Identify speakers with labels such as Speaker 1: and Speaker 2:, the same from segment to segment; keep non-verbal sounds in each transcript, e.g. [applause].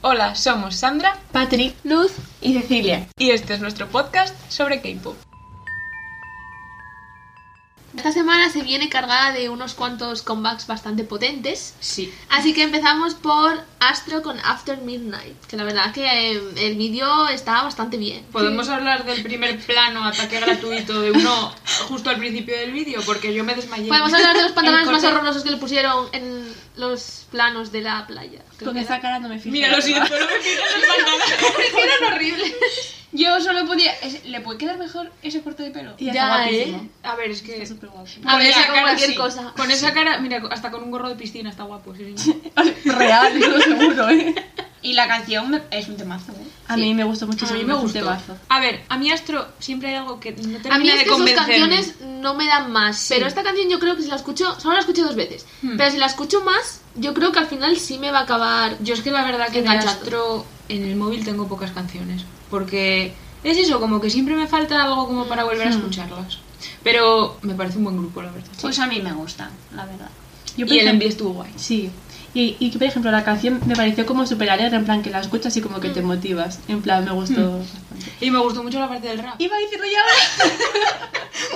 Speaker 1: Hola, somos Sandra,
Speaker 2: Patrick, Luz y Cecilia.
Speaker 1: y este es nuestro podcast sobre K-pop.
Speaker 2: Esta semana se viene cargada de unos cuantos comebacks bastante potentes.
Speaker 1: Sí.
Speaker 2: Así que empezamos por Astro con After Midnight, que la verdad que eh, el vídeo está bastante bien.
Speaker 3: ¿Podemos hablar del primer plano ataque gratuito de uno justo al principio del vídeo? Porque yo me desmayé.
Speaker 2: Podemos hablar de los
Speaker 3: [laughs]
Speaker 2: pantalones
Speaker 3: El
Speaker 2: más
Speaker 3: corte-
Speaker 2: horrorosos que le pusieron en los planos de la playa. Creo
Speaker 4: Con
Speaker 2: que
Speaker 4: esa
Speaker 2: era.
Speaker 4: cara no me fijo.
Speaker 3: Mira, lo siento, no me
Speaker 2: [laughs]
Speaker 3: fijas en pantalla.
Speaker 2: Eran horribles.
Speaker 1: Yo solo podía. es- ¿Le puede quedar mejor ese corte de pelo?
Speaker 4: Y está
Speaker 2: Ya,
Speaker 4: guapísimo.
Speaker 2: ¿eh?
Speaker 3: A ver, es que...
Speaker 4: Está súper guapo.
Speaker 2: A ver,
Speaker 3: esa
Speaker 2: con
Speaker 3: cara
Speaker 2: cualquier
Speaker 3: sí.
Speaker 2: cosa.
Speaker 3: Con esa cara, mira, hasta con un gorro de piscina está guapo. sí,
Speaker 2: [laughs]
Speaker 3: sí.
Speaker 4: [laughs] Real, eso seguro, ¿eh?
Speaker 1: Y la canción me- es un temazo, ¿eh?
Speaker 4: A
Speaker 2: Sí.
Speaker 4: mí me gustó
Speaker 3: A
Speaker 4: muchísimo.
Speaker 3: mí me
Speaker 4: es un
Speaker 3: gustó.
Speaker 4: temazo.
Speaker 3: A ver, a mí Astro siempre hay algo que no termina
Speaker 2: A mí es
Speaker 3: de
Speaker 2: que sus
Speaker 3: convencerme.
Speaker 2: canciones no me dan más, pero esta canción yo creo que si la escucho, solo la escuché dos veces,
Speaker 3: Hmm.
Speaker 2: pero si la escucho más, yo creo que al final sí me va a acabar.
Speaker 3: Yo es que la verdad que de
Speaker 2: Enganchando.
Speaker 3: Astro en el móvil tengo pocas canciones. Porque es eso, como que siempre me falta algo como para volver a escucharlas. Pero me parece un buen grupo, la verdad.
Speaker 1: Pues a mí me gusta, la verdad.
Speaker 4: Yo, por
Speaker 3: Y el
Speaker 4: ejemplo-
Speaker 3: envío estuvo guay.
Speaker 4: Sí. Y, y que, por ejemplo, la canción me pareció como súper alegre, en plan que la escuchas y como que
Speaker 3: Mm.
Speaker 4: te motivas. En plan, me gustó bastante.
Speaker 3: Y me gustó mucho la parte del rap.
Speaker 4: Iba a decirlo ya ahora.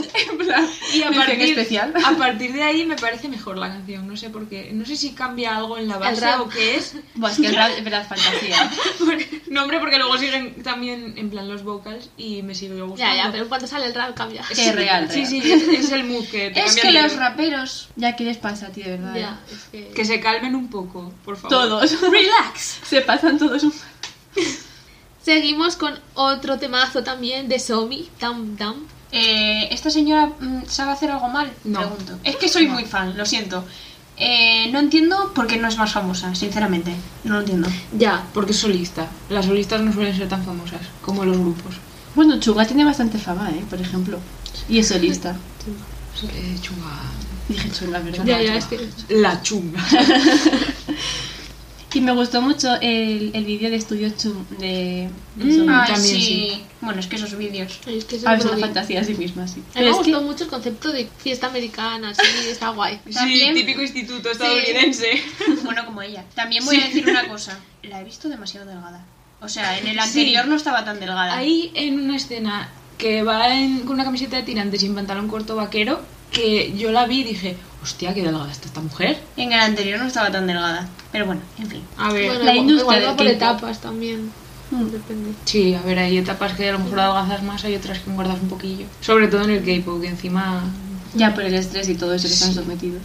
Speaker 4: [laughs] en plan,
Speaker 3: Y a
Speaker 4: mención
Speaker 3: partir,
Speaker 4: especial.
Speaker 3: a partir de ahí me parece mejor la canción. No sé por qué. No sé si cambia algo en la base
Speaker 2: rap.
Speaker 3: o qué es.
Speaker 4: Buah, es que es la, la fantasía.
Speaker 3: No, hombre, porque luego siguen también en plan los vocals y me sigue
Speaker 2: Ya,
Speaker 3: gustando.
Speaker 2: ya, pero en cuanto sale el rap cambia.
Speaker 4: Es real,
Speaker 3: Sí,
Speaker 4: real.
Speaker 3: sí, es, es el mood [laughs] que te
Speaker 1: Es
Speaker 3: cambia
Speaker 1: que
Speaker 3: el
Speaker 1: los
Speaker 3: libro.
Speaker 1: raperos.
Speaker 4: Ya, ¿qué les pasa, tío, de verdad? eh?
Speaker 2: Ya, es que-
Speaker 3: Que se calmen un poco, por favor.
Speaker 4: Todos.
Speaker 3: Relax.
Speaker 4: [laughs] Se pasan todos un...
Speaker 2: Seguimos con otro temazo también de Somi, Dam Dam.
Speaker 1: Eh, ¿Esta señora mm, sabe hacer algo mal?
Speaker 3: No.
Speaker 1: Pregunto. Es que soy muy fan, lo siento. Eh, no entiendo por qué no es más famosa, sinceramente. No lo entiendo.
Speaker 2: Ya.
Speaker 3: Porque es solista. Las solistas no suelen ser tan famosas como los grupos.
Speaker 4: Bueno, Chuga tiene bastante fama, ¿eh? Por ejemplo. Y es solista.
Speaker 3: Eh, chunga.
Speaker 4: Dije Chunga, ¿verdad?
Speaker 2: Ya, ya, es que...
Speaker 3: La chunga. [laughs]
Speaker 4: Y me gustó mucho el, el vídeo de estudio Chum de... de
Speaker 3: Mm,
Speaker 4: Somi.
Speaker 3: ah,
Speaker 1: Ay,
Speaker 3: también
Speaker 1: Bueno, es que esos vídeos.
Speaker 2: [laughs] Es que eso
Speaker 4: a
Speaker 2: no
Speaker 4: ver, es
Speaker 2: lo
Speaker 4: una
Speaker 2: vi.
Speaker 4: fantasía a sí misma,
Speaker 2: A
Speaker 4: sí.
Speaker 2: mí me
Speaker 4: Pero es
Speaker 2: gustó
Speaker 4: que
Speaker 2: mucho el concepto de fiesta americana, sí, está guay.
Speaker 1: También-
Speaker 3: Sí, típico instituto estadounidense.
Speaker 1: Bueno, como ella. También voy a decir una cosa. La he visto demasiado delgada. O sea, en el anterior no estaba tan delgada.
Speaker 3: Ahí en una escena que va en- con una camiseta de tirantes y un pantalón corto vaquero, que yo la vi y dije, hostia, qué delgada está esta mujer.
Speaker 1: En el anterior no estaba tan delgada. Pero bueno, en fin.
Speaker 3: A ver,
Speaker 2: Bueno,
Speaker 4: la
Speaker 2: igual- igual va
Speaker 4: industria del
Speaker 2: por
Speaker 4: tiempo.
Speaker 2: etapas también, depende.
Speaker 3: sí, a ver, hay etapas que a lo mejor adelgazas más, hay otras que engordas un poquillo. Sobre todo en el K-pop, que encima...
Speaker 4: mm, ya por el estrés y todo eso que están sometidos.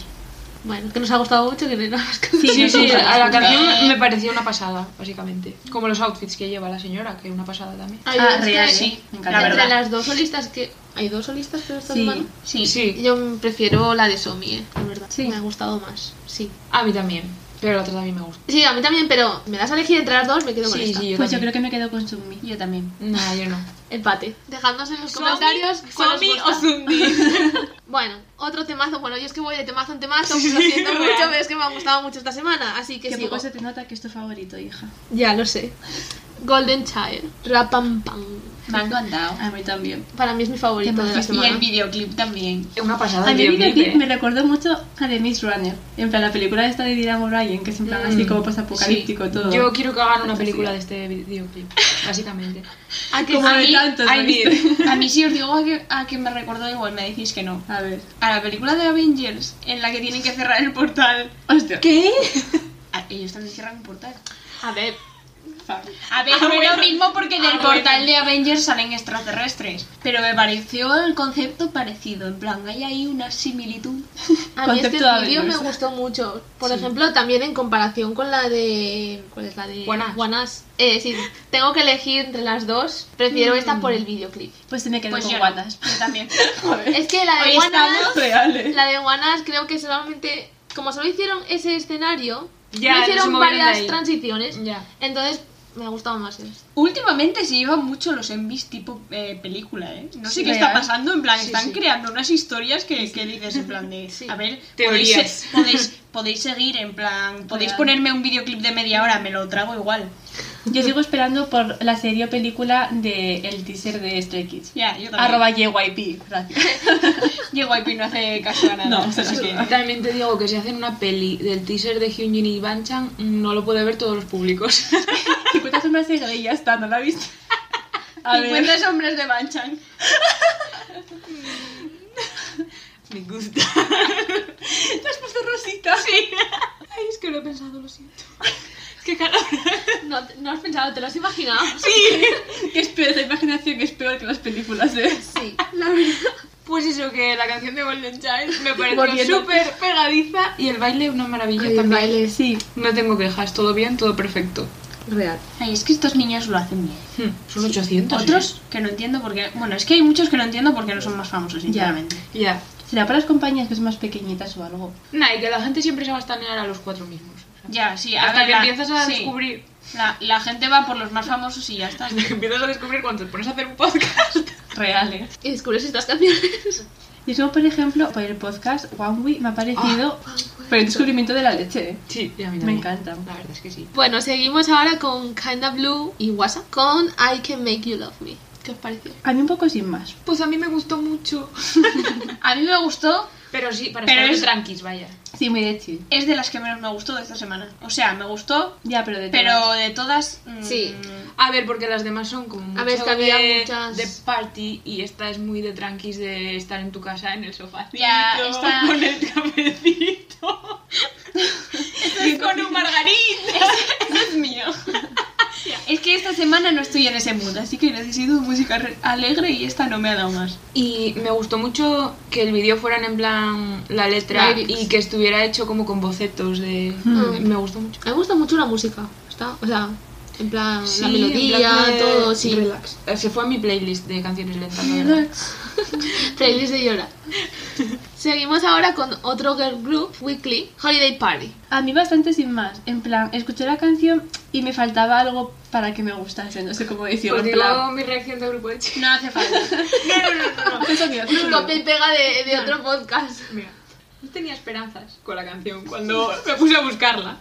Speaker 2: Bueno, que nos ha gustado mucho, que no hay nada más que [laughs]
Speaker 4: Sí,
Speaker 3: Sí,
Speaker 4: nos
Speaker 3: sí,
Speaker 4: gusta,
Speaker 3: a la
Speaker 4: nos gusta.
Speaker 3: canción me pareció una pasada, básicamente. Como los outfits que lleva la señora, que una pasada también.
Speaker 2: Ay,
Speaker 4: Ah,
Speaker 2: es que-
Speaker 4: real,
Speaker 1: sí,
Speaker 4: me
Speaker 1: la
Speaker 4: encanta.
Speaker 2: Entre
Speaker 1: verdad.
Speaker 2: las dos solistas que... ¿Hay dos solistas pero esta
Speaker 4: Sí.
Speaker 2: semana?
Speaker 1: Sí.
Speaker 3: Sí,
Speaker 2: Yo prefiero la de Somi, eh, la verdad.
Speaker 4: Sí.
Speaker 2: Me ha gustado más, sí.
Speaker 3: a mí también. Pero la otra también me gusta.
Speaker 2: Sí, a mí también, pero me das a elegir entre las dos, me quedo con
Speaker 3: Sí,
Speaker 2: esta.
Speaker 3: sí, yo
Speaker 4: Pues yo creo
Speaker 3: también.
Speaker 4: que me quedo con Sumi. Yo también.
Speaker 3: No, yo [laughs] no.
Speaker 2: Empate. Dejadnos en los comentarios cuál os
Speaker 3: Somi
Speaker 2: gusta.
Speaker 3: o Sundi.
Speaker 2: [laughs] Bueno, otro temazo. Bueno, yo es que voy de temazo en temazo, pues lo siento mucho, pero es que me ha gustado mucho esta semana, así que
Speaker 4: Que
Speaker 2: sigo.
Speaker 4: poco se te nota que es tu favorito, hija.
Speaker 2: Ya lo sé. Golden Child, Rapam Pam.
Speaker 1: Me ha encantado.
Speaker 4: A mí también.
Speaker 2: Para mí es mi favorito de la
Speaker 1: Y el
Speaker 2: semana.
Speaker 1: videoclip también.
Speaker 3: Una pasada.
Speaker 4: A mí
Speaker 3: el
Speaker 4: el videoclip
Speaker 3: videoclip,
Speaker 4: me
Speaker 3: ¿eh?
Speaker 4: recordó mucho a The Miss Runner. En plan, la película esta de Dylan O'Brien, que es en plan así como posapocalíptico todo.
Speaker 3: Yo quiero que hagan una película de este [laughs] videoclip, básicamente.
Speaker 2: ¿A Ah, que
Speaker 4: como
Speaker 2: sí?
Speaker 4: de tantos, ¿no
Speaker 3: I
Speaker 4: viste?
Speaker 3: need.
Speaker 1: A mí si os digo a que, a que me recordó igual me decís que no.
Speaker 4: A ver.
Speaker 1: A la película de Avengers en la que tienen que cerrar el portal.
Speaker 4: Hostia.
Speaker 3: ¿Qué?
Speaker 1: Ah, ellos también cierran un portal.
Speaker 2: A ver,
Speaker 1: A ver, no es lo mismo porque del portal de Avengers salen extraterrestres. Pero me pareció el concepto parecido. En plan, hay ahí una similitud.
Speaker 2: a mí
Speaker 4: Concepto de
Speaker 2: este vídeo me
Speaker 4: Avengers.
Speaker 2: gustó mucho. Por ejemplo, también en comparación con la de... ¿Cuál es la de...?
Speaker 3: One Us.
Speaker 2: One Us. Eh, sí, tengo que elegir entre las dos. Prefiero esta por el videoclip.
Speaker 4: Pues se me quedó
Speaker 1: Pues
Speaker 4: con
Speaker 1: yo, no. [laughs]
Speaker 4: guatas.
Speaker 1: yo también.
Speaker 2: Es que la de
Speaker 1: Hoy
Speaker 2: One Us-
Speaker 1: estamos
Speaker 4: Reales.
Speaker 2: La de Guanas creo que solamente... Como solo hicieron ese escenario,
Speaker 3: Ya,
Speaker 2: no
Speaker 3: no se
Speaker 2: hicieron
Speaker 3: movieron de
Speaker 2: varias
Speaker 3: ahí.
Speaker 2: transiciones.
Speaker 3: Ya.
Speaker 2: Entonces me ha gustado
Speaker 3: [laughs]
Speaker 2: más esta.
Speaker 1: Últimamente se llevan mucho los envis tipo eh, película, ¿eh? No sé
Speaker 4: Sí,
Speaker 1: qué está
Speaker 4: real.
Speaker 1: pasando, en plan,
Speaker 3: Sí,
Speaker 1: están
Speaker 3: sí.
Speaker 1: creando unas historias que, que dices en
Speaker 3: [laughs]
Speaker 1: plan de...
Speaker 2: Sí.
Speaker 1: A ver, podéis,
Speaker 3: Teorías.
Speaker 1: se- podéis, podéis seguir, en plan, podéis
Speaker 4: Real.
Speaker 1: ponerme un videoclip de media hora, me lo trago igual.
Speaker 4: Yo sigo esperando por la serie o película del el teaser de Stray Kids.
Speaker 1: Ya, yo también.
Speaker 4: Arroba JYP. Gracias.
Speaker 1: Llego a no hace caso a nada.
Speaker 4: No, se
Speaker 1: así
Speaker 4: las
Speaker 1: que-
Speaker 4: suda.
Speaker 3: También te digo que si hacen una peli del teaser de Hyunjin y Banchan, no lo puede ver todos los públicos. [laughs]
Speaker 4: 50 sombras de Grey, ya está, no la viste. A ver,
Speaker 1: 50 hombres de Banchan.
Speaker 3: Me gusta. [laughs]
Speaker 4: te has puesto rosita. Sí.
Speaker 3: Ay, es que lo he pensado, lo siento. Es que claro.
Speaker 2: No, no has pensado, te lo
Speaker 3: [laughs]
Speaker 2: has imaginado.
Speaker 4: Que es peor, la imaginación es peor que las películas, ¿eh?
Speaker 3: [laughs]
Speaker 2: Sí, la verdad.
Speaker 3: Pues eso, que la canción de Golden Child [laughs] me pareció
Speaker 4: Volviendo.
Speaker 3: súper pegadiza y el baile una maravilla también.
Speaker 4: Sí.
Speaker 3: No tengo quejas, todo bien, todo perfecto.
Speaker 2: real.
Speaker 1: Ay, es que estos niños lo hacen bien.
Speaker 3: Hmm, son ¿eh? 800.
Speaker 1: Otros que no entiendo porque. Bueno, es que hay muchos que no entiendo porque no son más famosos, sinceramente.
Speaker 3: Ya.
Speaker 4: ¿Será para las compañías que son más pequeñitas o algo?
Speaker 3: Nah, y que la gente siempre se va a estanear a los cuatro mismos.
Speaker 1: Ya, sí, a
Speaker 3: Hasta
Speaker 1: ver,
Speaker 3: que
Speaker 1: la-
Speaker 3: empiezas a
Speaker 1: sí,
Speaker 3: descubrir. [laughs]
Speaker 1: La, la gente va por los más famosos y ya está.
Speaker 3: Hasta que empiezas a descubrir cuando te pones a hacer un podcast.
Speaker 4: Real, ¿eh?
Speaker 2: Y descubres estas canciones. [laughs]
Speaker 4: Y eso, por ejemplo, por el podcast One Week me ha parecido pero el descubrimiento de la leche. ¿eh?
Speaker 3: Sí, y a mí
Speaker 4: Me
Speaker 3: también.
Speaker 4: encanta.
Speaker 3: La verdad es que sí.
Speaker 2: Bueno, seguimos ahora con Kinda Blue y WhatsApp con I Can Make You Love Me. ¿Qué os pareció?
Speaker 4: A mí un poco sin más.
Speaker 3: Pues a mí me gustó mucho.
Speaker 1: A mí me gustó,
Speaker 3: Pero sí, para
Speaker 1: Pero
Speaker 3: estar
Speaker 1: es-
Speaker 3: tranquis, vaya.
Speaker 4: Sí, muy de chill.
Speaker 1: es de las que menos me gustó de esta semana. O sea, me gustó,
Speaker 4: Ya, pero de
Speaker 1: pero
Speaker 4: todas.
Speaker 1: de todas. mm, [laughs]
Speaker 2: Sí.
Speaker 3: A ver, porque las demás son como mucho
Speaker 2: A ver, es que
Speaker 3: de,
Speaker 2: había muchas-
Speaker 3: de party y esta es muy de tranquis de estar en tu casa en el sofá [laughs]
Speaker 1: Ya, esta-
Speaker 3: con el [laughs] cafecito y con un margarín.
Speaker 1: Es [laughs] mío. Es que esta semana no estoy en ese mood, así que necesito música re- alegre y esta no me ha dado más.
Speaker 3: Y me gustó mucho que el vídeo fueran en plan la letra
Speaker 2: Lyrics.
Speaker 3: y que estuviera hecho como con bocetos de...
Speaker 2: Mm.
Speaker 3: Me gustó mucho.
Speaker 2: Me gusta mucho la música. Está, o sea, en plan,
Speaker 3: Sí,
Speaker 2: la
Speaker 3: en
Speaker 2: melodía,
Speaker 3: plan de
Speaker 2: todo, sí.
Speaker 3: relax. Eh, Se fue a mi playlist de canciones lentas. la verdad.
Speaker 2: [laughs] Playlist de llorar. Seguimos ahora con otro girl group, Weekly, Holiday Party.
Speaker 4: A mí bastante sin más. En plan, escuché la canción y me faltaba algo para que me gustase. No sé cómo decirlo.
Speaker 3: Os
Speaker 4: en
Speaker 3: Pues digo
Speaker 4: plan...
Speaker 3: mi reacción de grupo de chicas.
Speaker 1: No
Speaker 3: [laughs]
Speaker 1: hace falta.
Speaker 4: [laughs] ¿Qué sonido? ¿Qué sonido?
Speaker 2: Copia y pega de, de otro [laughs] podcast.
Speaker 3: Mira, no tenía esperanzas con la canción cuando me puse a buscarla.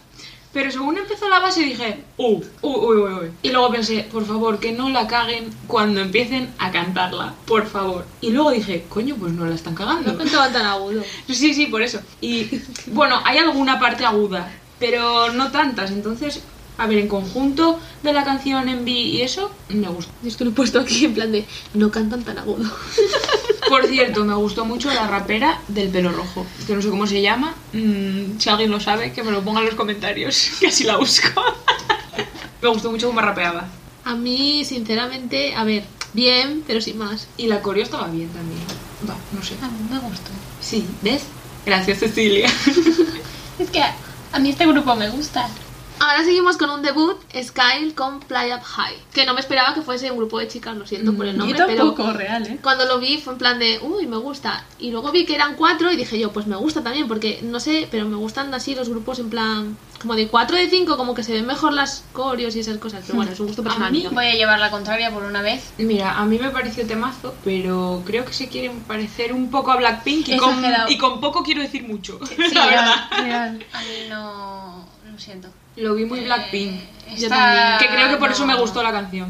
Speaker 3: Pero según empezó la base dije, uh, uy, uy, uy, uy. Y luego pensé, por favor, que no la caguen cuando empiecen a cantarla, por favor. Y luego dije, coño, pues no la están
Speaker 2: No
Speaker 3: cagando.
Speaker 2: cantaba tan agudo.
Speaker 3: Sí, sí, por eso. Y bueno, hay alguna parte aguda, pero no tantas. Entonces, a ver, en conjunto de la canción en B y eso, me gusta.
Speaker 2: Yo es que lo he puesto aquí en plan de no cantan tan agudo.
Speaker 3: Por cierto, me gustó mucho la rapera del pelo rojo, que no sé cómo se llama. Mm, si alguien lo sabe, que me lo ponga en los comentarios, [laughs] que así la busco. me gustó mucho cómo rapeaba.
Speaker 2: A mí, sinceramente, a ver, bien, pero sin más.
Speaker 3: Y la coreo estaba bien también. Va, no sé.
Speaker 1: A mí me gustó.
Speaker 3: Sí, ¿ves? Gracias, Cecilia.
Speaker 1: Es que a mí este grupo me gusta.
Speaker 2: Ahora seguimos con un debut, Skyle con Play Up High. Que no me esperaba que fuese un grupo de chicas, lo siento por el
Speaker 4: Yo
Speaker 2: nombre, pero
Speaker 4: tampoco, real, ¿eh?
Speaker 2: cuando lo vi fue en plan de, uy, me gusta. Y luego vi que eran cuatro y dije yo, pues me gusta también, porque no sé, pero me gustan así los grupos en plan, como de cuatro de cinco, como que se ven mejor las coreos y esas cosas. Pero bueno, es un gusto personal.
Speaker 3: mí
Speaker 2: mío.
Speaker 1: Voy a llevar la contraria por una vez.
Speaker 3: Mira, a mí me pareció temazo, pero creo que se quieren parecer un poco a Blackpink y, con,
Speaker 4: Exagerado.
Speaker 3: y con poco quiero decir mucho. [laughs]
Speaker 1: Sí,
Speaker 3: la verdad.
Speaker 4: Real.
Speaker 1: A mí no. Lo siento.
Speaker 3: Lo vi muy Blackpink.
Speaker 2: Yo
Speaker 1: Esta-
Speaker 2: también.
Speaker 3: Eh, Que creo que por eso me
Speaker 1: no.
Speaker 3: gustó la canción.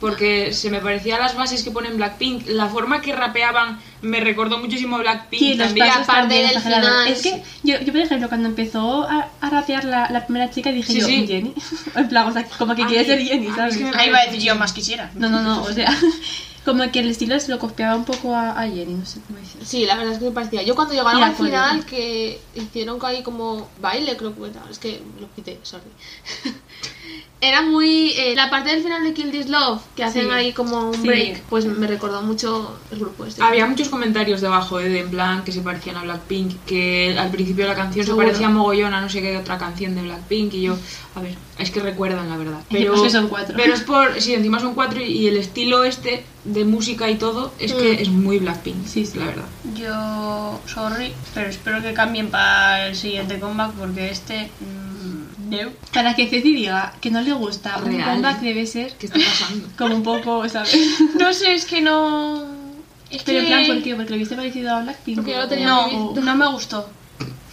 Speaker 3: Porque se me parecía a las bases que ponen Blackpink. La forma que rapeaban me recordó muchísimo a Blackpink
Speaker 4: Sí, los
Speaker 3: también.
Speaker 4: pasos
Speaker 2: aparte
Speaker 4: también
Speaker 2: del
Speaker 4: exagerados.
Speaker 2: final,
Speaker 4: Es que yo, yo, por ejemplo, cuando empezó a, a rapear la, la primera chica, dije
Speaker 3: Sí,
Speaker 4: yo,
Speaker 3: sí.
Speaker 4: Jenny. [laughs] En plan, o sea, como que
Speaker 3: A
Speaker 4: quiere
Speaker 3: mí-
Speaker 4: ser
Speaker 3: a
Speaker 4: Jenny,
Speaker 3: mí
Speaker 4: ¿sabes?
Speaker 3: es que me-
Speaker 1: Ahí va a decir yo más quisiera.
Speaker 4: No, no, no, o sea, [laughs] como que el estilo se lo copiaba un poco a, a Jenny, no sé cómo decirlo.
Speaker 2: Sí, la verdad es que me parecía. Yo cuando llegaron
Speaker 4: Y la
Speaker 2: al
Speaker 4: coreo.
Speaker 2: final, que hicieron que ahí como baile, creo que era. Es que lo quité, sorry. [laughs] era muy. eh, la parte del final de Kill This Love, que hacen
Speaker 4: Sí.
Speaker 2: ahí como un
Speaker 4: Sí.
Speaker 2: break, pues me recordó mucho el grupo este.
Speaker 3: Había muchos comentarios debajo, eh, de en plan que se parecían a Blackpink, que al principio de la canción
Speaker 2: Seguro.
Speaker 3: se parecía mogollón a no sé qué otra canción de Blackpink y yo, a ver, es que recuerdan la verdad.
Speaker 4: Y
Speaker 3: Pero,
Speaker 4: pues que son cuatro.
Speaker 3: pero es por, sí, encima son cuatro y, y el estilo este de música y todo es que
Speaker 2: Mm.
Speaker 3: es muy Blackpink,
Speaker 4: Sí, sí.
Speaker 3: la verdad.
Speaker 1: Yo. Sorry, pero espero que cambien para el siguiente comeback porque este. mm, no.
Speaker 4: Para que Ceci diga que no le gusta un
Speaker 3: Real.
Speaker 4: comeback debe ser
Speaker 3: ¿Qué está pasando?
Speaker 4: como un poco, ¿sabes? [laughs]
Speaker 1: No sé, es que no. Es
Speaker 4: Pero en
Speaker 1: que...
Speaker 4: plan, ¿por qué? ¿Porque lo viste parecido a Blackpink?
Speaker 2: Porque yo lo tenía
Speaker 4: O-
Speaker 1: No, no me gustó.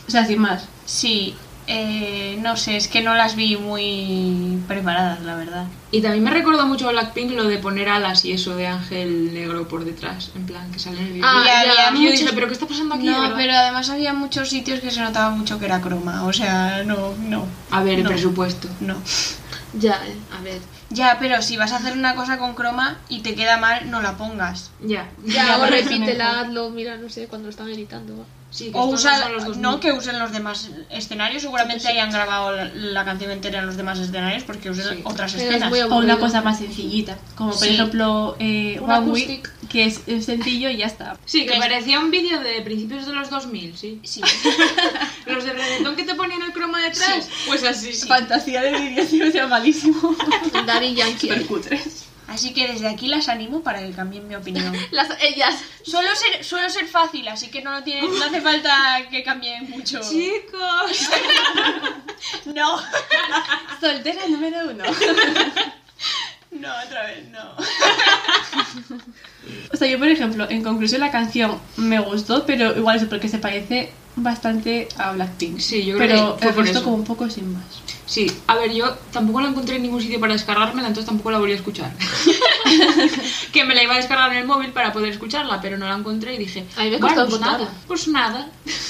Speaker 4: O sea, sin más.
Speaker 1: Sí, eh, no sé, es que no las vi muy preparadas, la verdad.
Speaker 3: Y también me recuerda mucho a Blackpink lo de poner alas y eso de ángel negro por detrás, en plan que sale en el vídeo.
Speaker 2: Ah,
Speaker 1: Y
Speaker 2: ya,
Speaker 1: había
Speaker 3: Y yo dije,
Speaker 1: muchos-
Speaker 3: pero ¿qué está pasando aquí? de
Speaker 1: No,
Speaker 3: verdad?".
Speaker 1: pero además había muchos sitios que se notaba mucho que era croma, o sea, no, no,
Speaker 3: A ver, el
Speaker 1: No.
Speaker 3: presupuesto.
Speaker 1: no.
Speaker 2: Ya, eh, a ver.
Speaker 1: Ya, pero si vas a hacer una cosa con croma y te queda mal, no la pongas.
Speaker 3: [laughs] Ya.
Speaker 2: Ya, o
Speaker 4: por eso
Speaker 2: repítela,
Speaker 4: mejor.
Speaker 2: hazlo, mira, no sé, cuando lo están editando.
Speaker 3: Sí, que
Speaker 1: O
Speaker 3: estos
Speaker 1: usa,
Speaker 3: son los dos
Speaker 1: no
Speaker 3: mil.
Speaker 1: que usen los demás escenarios, seguramente
Speaker 2: Sí, sí.
Speaker 1: hayan grabado la, la canción entera en los demás escenarios porque usan
Speaker 3: Sí.
Speaker 1: otras
Speaker 2: Pero es
Speaker 1: escenas.
Speaker 2: muy ab-
Speaker 4: O una cosa más sencillita, como por
Speaker 1: Sí.
Speaker 4: ejemplo eh,
Speaker 2: Un
Speaker 4: One
Speaker 2: acoustic.
Speaker 4: Week, que es, es sencillo y ya está.
Speaker 3: Sí, que
Speaker 1: que es-
Speaker 3: parecía un vídeo de principios de los 2000, sí.
Speaker 1: Sí.
Speaker 3: Los de reggaetón que te ponían el croma detrás, pues así, sí.
Speaker 4: Fantasía de vídeo, sí, o sea, [laughs] malísimo.
Speaker 2: [laughs] Daddy Yankee.
Speaker 4: Supercutres.
Speaker 1: Así que desde aquí las animo para que cambien mi opinión.
Speaker 2: Las, ellas.
Speaker 1: Suelo ser, suelo ser fácil, así que no, lo tiene, no hace falta que cambien mucho.
Speaker 3: Chicos.
Speaker 1: [laughs] No.
Speaker 4: Soltera número uno.
Speaker 1: No, otra vez, no.
Speaker 4: O sea, yo por ejemplo, en conclusión la canción me gustó, pero igual es porque se parece bastante a Blackpink.
Speaker 3: Sí, yo creo
Speaker 4: pero
Speaker 3: que fue
Speaker 4: el
Speaker 3: por
Speaker 4: resto
Speaker 3: eso.
Speaker 4: como un poco sin más.
Speaker 3: Sí, a ver, yo tampoco la encontré en ningún sitio para descargármela, entonces tampoco la volví a
Speaker 2: [laughs]
Speaker 3: escuchar. que me la iba a descargar en el móvil para poder escucharla, pero no la encontré y dije,
Speaker 2: A mí me
Speaker 3: "Bueno,
Speaker 2: costó
Speaker 3: pues
Speaker 2: encontrarla".
Speaker 3: nada, pues nada.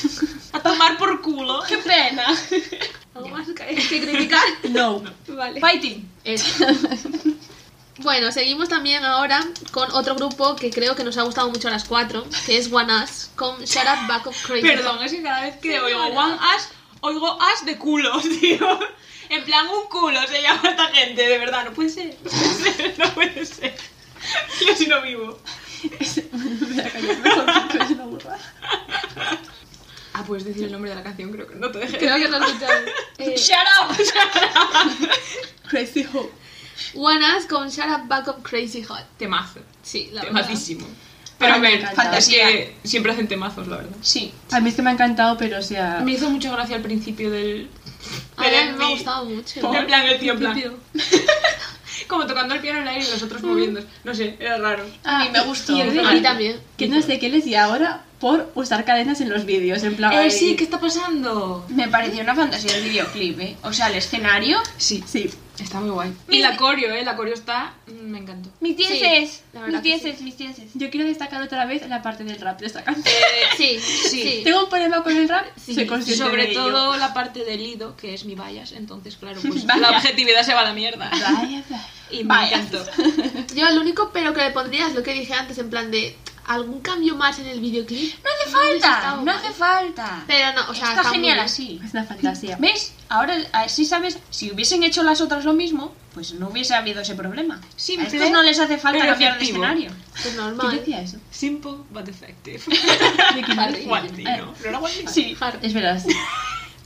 Speaker 3: [laughs] A tomar por
Speaker 2: [laughs]
Speaker 3: culo.
Speaker 1: Qué pena.
Speaker 2: ¿Algo más que, que criticar? [laughs]
Speaker 4: No.
Speaker 2: vale.
Speaker 3: Fighting.
Speaker 2: Eso. [laughs] Bueno, seguimos también ahora con otro grupo que creo que nos ha gustado mucho a las cuatro, que es One Us, con Shut Up Back of Crazy.
Speaker 3: Perdón, es que cada vez que oigo One Ash, oigo Ash de culos, [laughs] tío. En plan, un culo se llama esta gente, de verdad, no puede ser. [laughs] No puede ser, no puede ser. Yo si no vivo.
Speaker 4: Voy a callarme porque es una burra.
Speaker 3: Ah, puedes decir el nombre de la canción, creo que no te dejé.
Speaker 2: Creo que no lo he escuchado. [laughs] Eh,
Speaker 1: Shut up.
Speaker 4: Crazy Hope.
Speaker 2: One Us con Shut Up Back of Crazy Hot.
Speaker 3: Temazo.
Speaker 2: Sí, la verdad.
Speaker 3: Temazísimo. Pero a
Speaker 4: me
Speaker 3: ver,
Speaker 4: encanta.
Speaker 3: fantasía. Es que siempre hacen temazos, la verdad.
Speaker 1: Sí.
Speaker 4: A mí es que me ha encantado, pero o sea...
Speaker 3: Me hizo mucha gracia al principio del.
Speaker 2: A mí
Speaker 3: del
Speaker 2: me ha
Speaker 3: beat.
Speaker 2: gustado mucho.
Speaker 3: En plan, el tío, en plan. Como tocando el piano en el aire y los otros moviéndose. No sé, era raro.
Speaker 1: A mí me gustó.
Speaker 4: Ah, y el de-
Speaker 2: A mí también.
Speaker 4: Que no sé qué les di ahora por usar cadenas en los vídeos, en plan...
Speaker 3: Eh,
Speaker 4: ay,
Speaker 3: sí, ¿qué está pasando?
Speaker 1: Me pareció una fantasía el videoclip, ¿eh? O sea, el escenario.
Speaker 3: Sí,
Speaker 4: Sí.
Speaker 3: está muy guay. Y la coreo, ¿eh? La coreo está. mm, Me encantó.
Speaker 1: Mis
Speaker 2: dieces, la verdad
Speaker 1: mis
Speaker 2: que sí.
Speaker 1: dieces, mis dieces.
Speaker 4: Yo quiero destacar otra vez la parte del rap de esta canción.
Speaker 2: Sí, sí.
Speaker 4: Tengo un problema con el rap,
Speaker 2: Sí,
Speaker 4: soy consciente
Speaker 3: Sobre
Speaker 4: de ello.
Speaker 3: todo la parte del ido, que es mi bias. Entonces, claro, pues
Speaker 1: Vaya.
Speaker 3: la objetividad se va a la mierda.
Speaker 4: Vaya, vaya.
Speaker 3: Y me
Speaker 1: Vaya.
Speaker 3: encantó.
Speaker 2: Yo al único pero que le pondría es lo que dije antes, en plan de algún cambio más en el videoclip.
Speaker 1: No hace
Speaker 2: hubiese
Speaker 1: falta,
Speaker 2: estado
Speaker 1: no
Speaker 2: mal.
Speaker 1: hace falta.
Speaker 2: Pero no, o sea,
Speaker 1: está,
Speaker 2: muy
Speaker 1: genial
Speaker 2: bien.
Speaker 1: así.
Speaker 4: Es una fantasía.
Speaker 1: ¿Ves? Ahora así sabes, si hubiesen hecho las otras lo mismo, pues no hubiese habido ese problema.
Speaker 3: Simple,
Speaker 1: a estos no les hace falta
Speaker 3: pero
Speaker 1: cambiar de
Speaker 3: efectivo.
Speaker 1: escenario.
Speaker 2: Pues
Speaker 4: ¿Quién
Speaker 2: normal.
Speaker 4: decía eso?
Speaker 3: Simple but [laughs] effective.
Speaker 4: Ricky Martin.
Speaker 3: Guantino. ¿No era guantino?
Speaker 1: Sí.
Speaker 2: Claro.
Speaker 4: Es verdad, sí.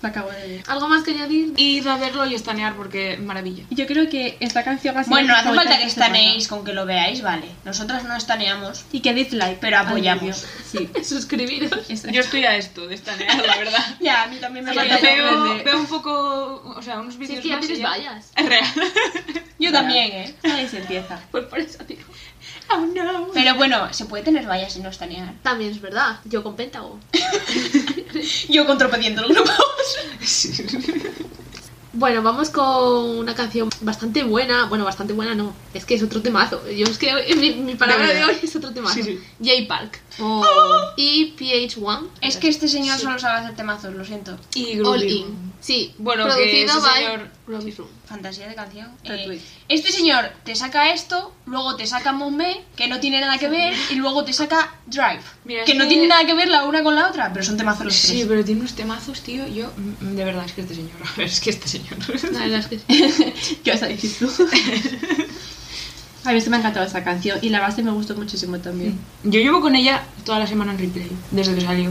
Speaker 4: Lo acabo de leer.
Speaker 2: ¿Algo más que añadir? [laughs]
Speaker 3: He ido a verlo y estanear porque maravilla.
Speaker 4: Yo creo que esta canción ha sido
Speaker 1: Bueno, no
Speaker 4: mi
Speaker 1: hace
Speaker 4: favorita este
Speaker 1: falta que
Speaker 4: esta semana.
Speaker 1: estaneéis con que lo veáis, vale. Nosotras no estaneamos.
Speaker 4: Y que dislike.
Speaker 1: Pero
Speaker 4: al
Speaker 1: apoyamos.
Speaker 4: vídeo. Sí.
Speaker 2: Suscribiros. [laughs]
Speaker 4: exacto.
Speaker 3: Yo estoy a esto de estanear, la [laughs] verdad.
Speaker 1: Ya, a mí también me
Speaker 2: Sí, yo
Speaker 1: falta poco.
Speaker 2: veo-
Speaker 3: veo,
Speaker 4: aprende.
Speaker 3: veo un poco, o sea, unos
Speaker 2: Si
Speaker 3: vídeos
Speaker 2: es que ya
Speaker 3: más y
Speaker 2: tienes
Speaker 3: ya-
Speaker 2: vallas. [laughs]
Speaker 3: Es real.
Speaker 1: Yo también, ¿eh?
Speaker 4: Ahí se empieza.
Speaker 2: Pues por eso, digo.
Speaker 3: [laughs] Oh no.
Speaker 1: Pero bueno, se puede tener vallas y no estanear.
Speaker 2: También es verdad. Yo con Pentago.
Speaker 1: Yo contrapediendo el grupo.
Speaker 2: Bueno, vamos con una canción bastante buena. Bueno, bastante buena no. Es que es otro temazo. Yo es que hoy- [laughs] mi, mi palabra
Speaker 3: De
Speaker 2: de,
Speaker 3: verdad.
Speaker 2: hoy es otro temazo.
Speaker 3: Sí, sí.
Speaker 2: J Park. E Y PH1.
Speaker 1: Es que este señor solo sabe hacer temazos, lo siento.
Speaker 3: [laughs] Y
Speaker 2: All
Speaker 3: Groovy.
Speaker 2: In. Sí.
Speaker 3: Bueno, que
Speaker 2: producido
Speaker 3: ese
Speaker 2: by
Speaker 3: señor-
Speaker 2: Robbie Froome.
Speaker 1: Fantasía de canción. Eh,
Speaker 4: Retweet.
Speaker 1: este señor te saca esto, luego te saca Mumbai, que no tiene nada que ver, y luego te saca Drive,
Speaker 3: Mira,
Speaker 1: que
Speaker 3: es
Speaker 1: no
Speaker 3: que-
Speaker 1: tiene nada que ver la una con la otra, pero son temazos los
Speaker 3: Sí,
Speaker 1: tres.
Speaker 3: pero tiene unos temazos, tío. Yo, mm, mm, de verdad, es que este señor. [laughs] A ver, es que este señor.
Speaker 2: [laughs] La verdad es que sí.
Speaker 4: ¿Qué vas a decir tú? [laughs] A mí se me ha encantado esta canción y la base me gustó muchísimo también.
Speaker 3: Yo llevo con ella toda la semana en replay, desde que salió.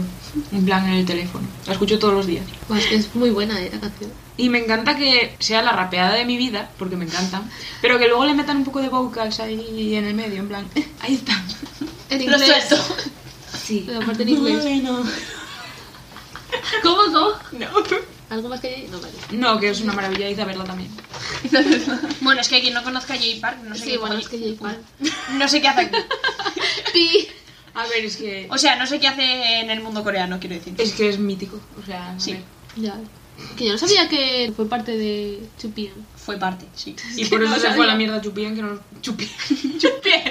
Speaker 3: En plan, en el teléfono. La escucho todos los días.
Speaker 2: Pues es que es muy buena eh, la canción.
Speaker 3: Y me encanta que sea la rapeada de mi vida, porque me encanta, pero que luego le metan un poco de vocals ahí en el medio, en plan, "Eh, ahí está.
Speaker 2: En
Speaker 1: Lo
Speaker 2: inglés.
Speaker 1: suelto.
Speaker 3: Sí.
Speaker 2: Pero aparte en inglés.
Speaker 3: No,
Speaker 2: [laughs] ¿Cómo, cómo?
Speaker 3: no.
Speaker 2: ¿Algo más que añadir? No, vale.
Speaker 3: No, que es una maravilla ir a verla también.
Speaker 1: Bueno, es que quien no conozca a Jay Park, no sé,
Speaker 2: sí,
Speaker 1: qué
Speaker 2: bueno,
Speaker 1: coño-
Speaker 2: es que J
Speaker 1: [laughs]
Speaker 2: Park.
Speaker 1: no sé qué hace aquí.
Speaker 2: Pi.
Speaker 3: A ver, es que
Speaker 1: O sea, no sé qué hace en el mundo coreano, quiero decir.
Speaker 3: es que es mítico, o sea,
Speaker 1: Sí.
Speaker 3: sí.
Speaker 2: Ya. Que yo no sabía que fue parte de 2PM.
Speaker 1: Fue parte, sí.
Speaker 3: Y por eso
Speaker 2: no
Speaker 3: se fue
Speaker 2: sabía.
Speaker 3: a la mierda Chupien, que no Chupien. [laughs] Chupien.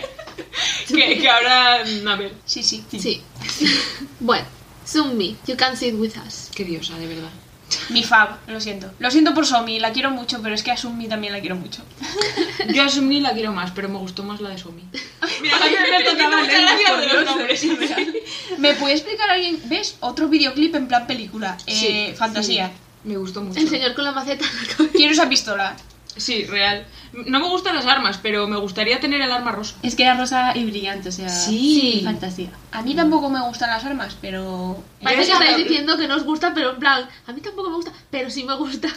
Speaker 3: que, que ahora, mm, a ver,
Speaker 1: Sí, sí.
Speaker 2: [laughs] Sí. bueno, Zoom Me, You Can Sit With Us.
Speaker 3: qué diosa, de verdad.
Speaker 1: Mi fab, lo siento. Lo siento por Somi, la quiero mucho, pero es que a Sumi también la quiero mucho.
Speaker 3: Yo a Sumi la quiero más, pero me gustó más la de Sumi. Mira, la de Alberto Cabal, es más poderosa. [laughs]
Speaker 1: ¿Me puede explicar alguien? ¿Ves? Otro videoclip en plan película. Eh,
Speaker 3: Sí,
Speaker 1: fantasía.
Speaker 3: Me gustó mucho.
Speaker 2: El señor con la maceta en la
Speaker 1: [laughs]
Speaker 2: cabeza.
Speaker 1: Quiero esa pistola.
Speaker 3: Sí, real. No me gustan las armas, pero me gustaría tener el arma rosa.
Speaker 4: Es que era rosa y brillante, o sea,
Speaker 3: Sí.
Speaker 4: fantasía.
Speaker 1: A mí tampoco me gustan las armas, pero...
Speaker 2: Parece que
Speaker 3: Yo esa-
Speaker 2: estáis diciendo que no os gusta, pero en plan, a mí tampoco me gusta, pero sí me
Speaker 1: [laughs]
Speaker 2: gusta.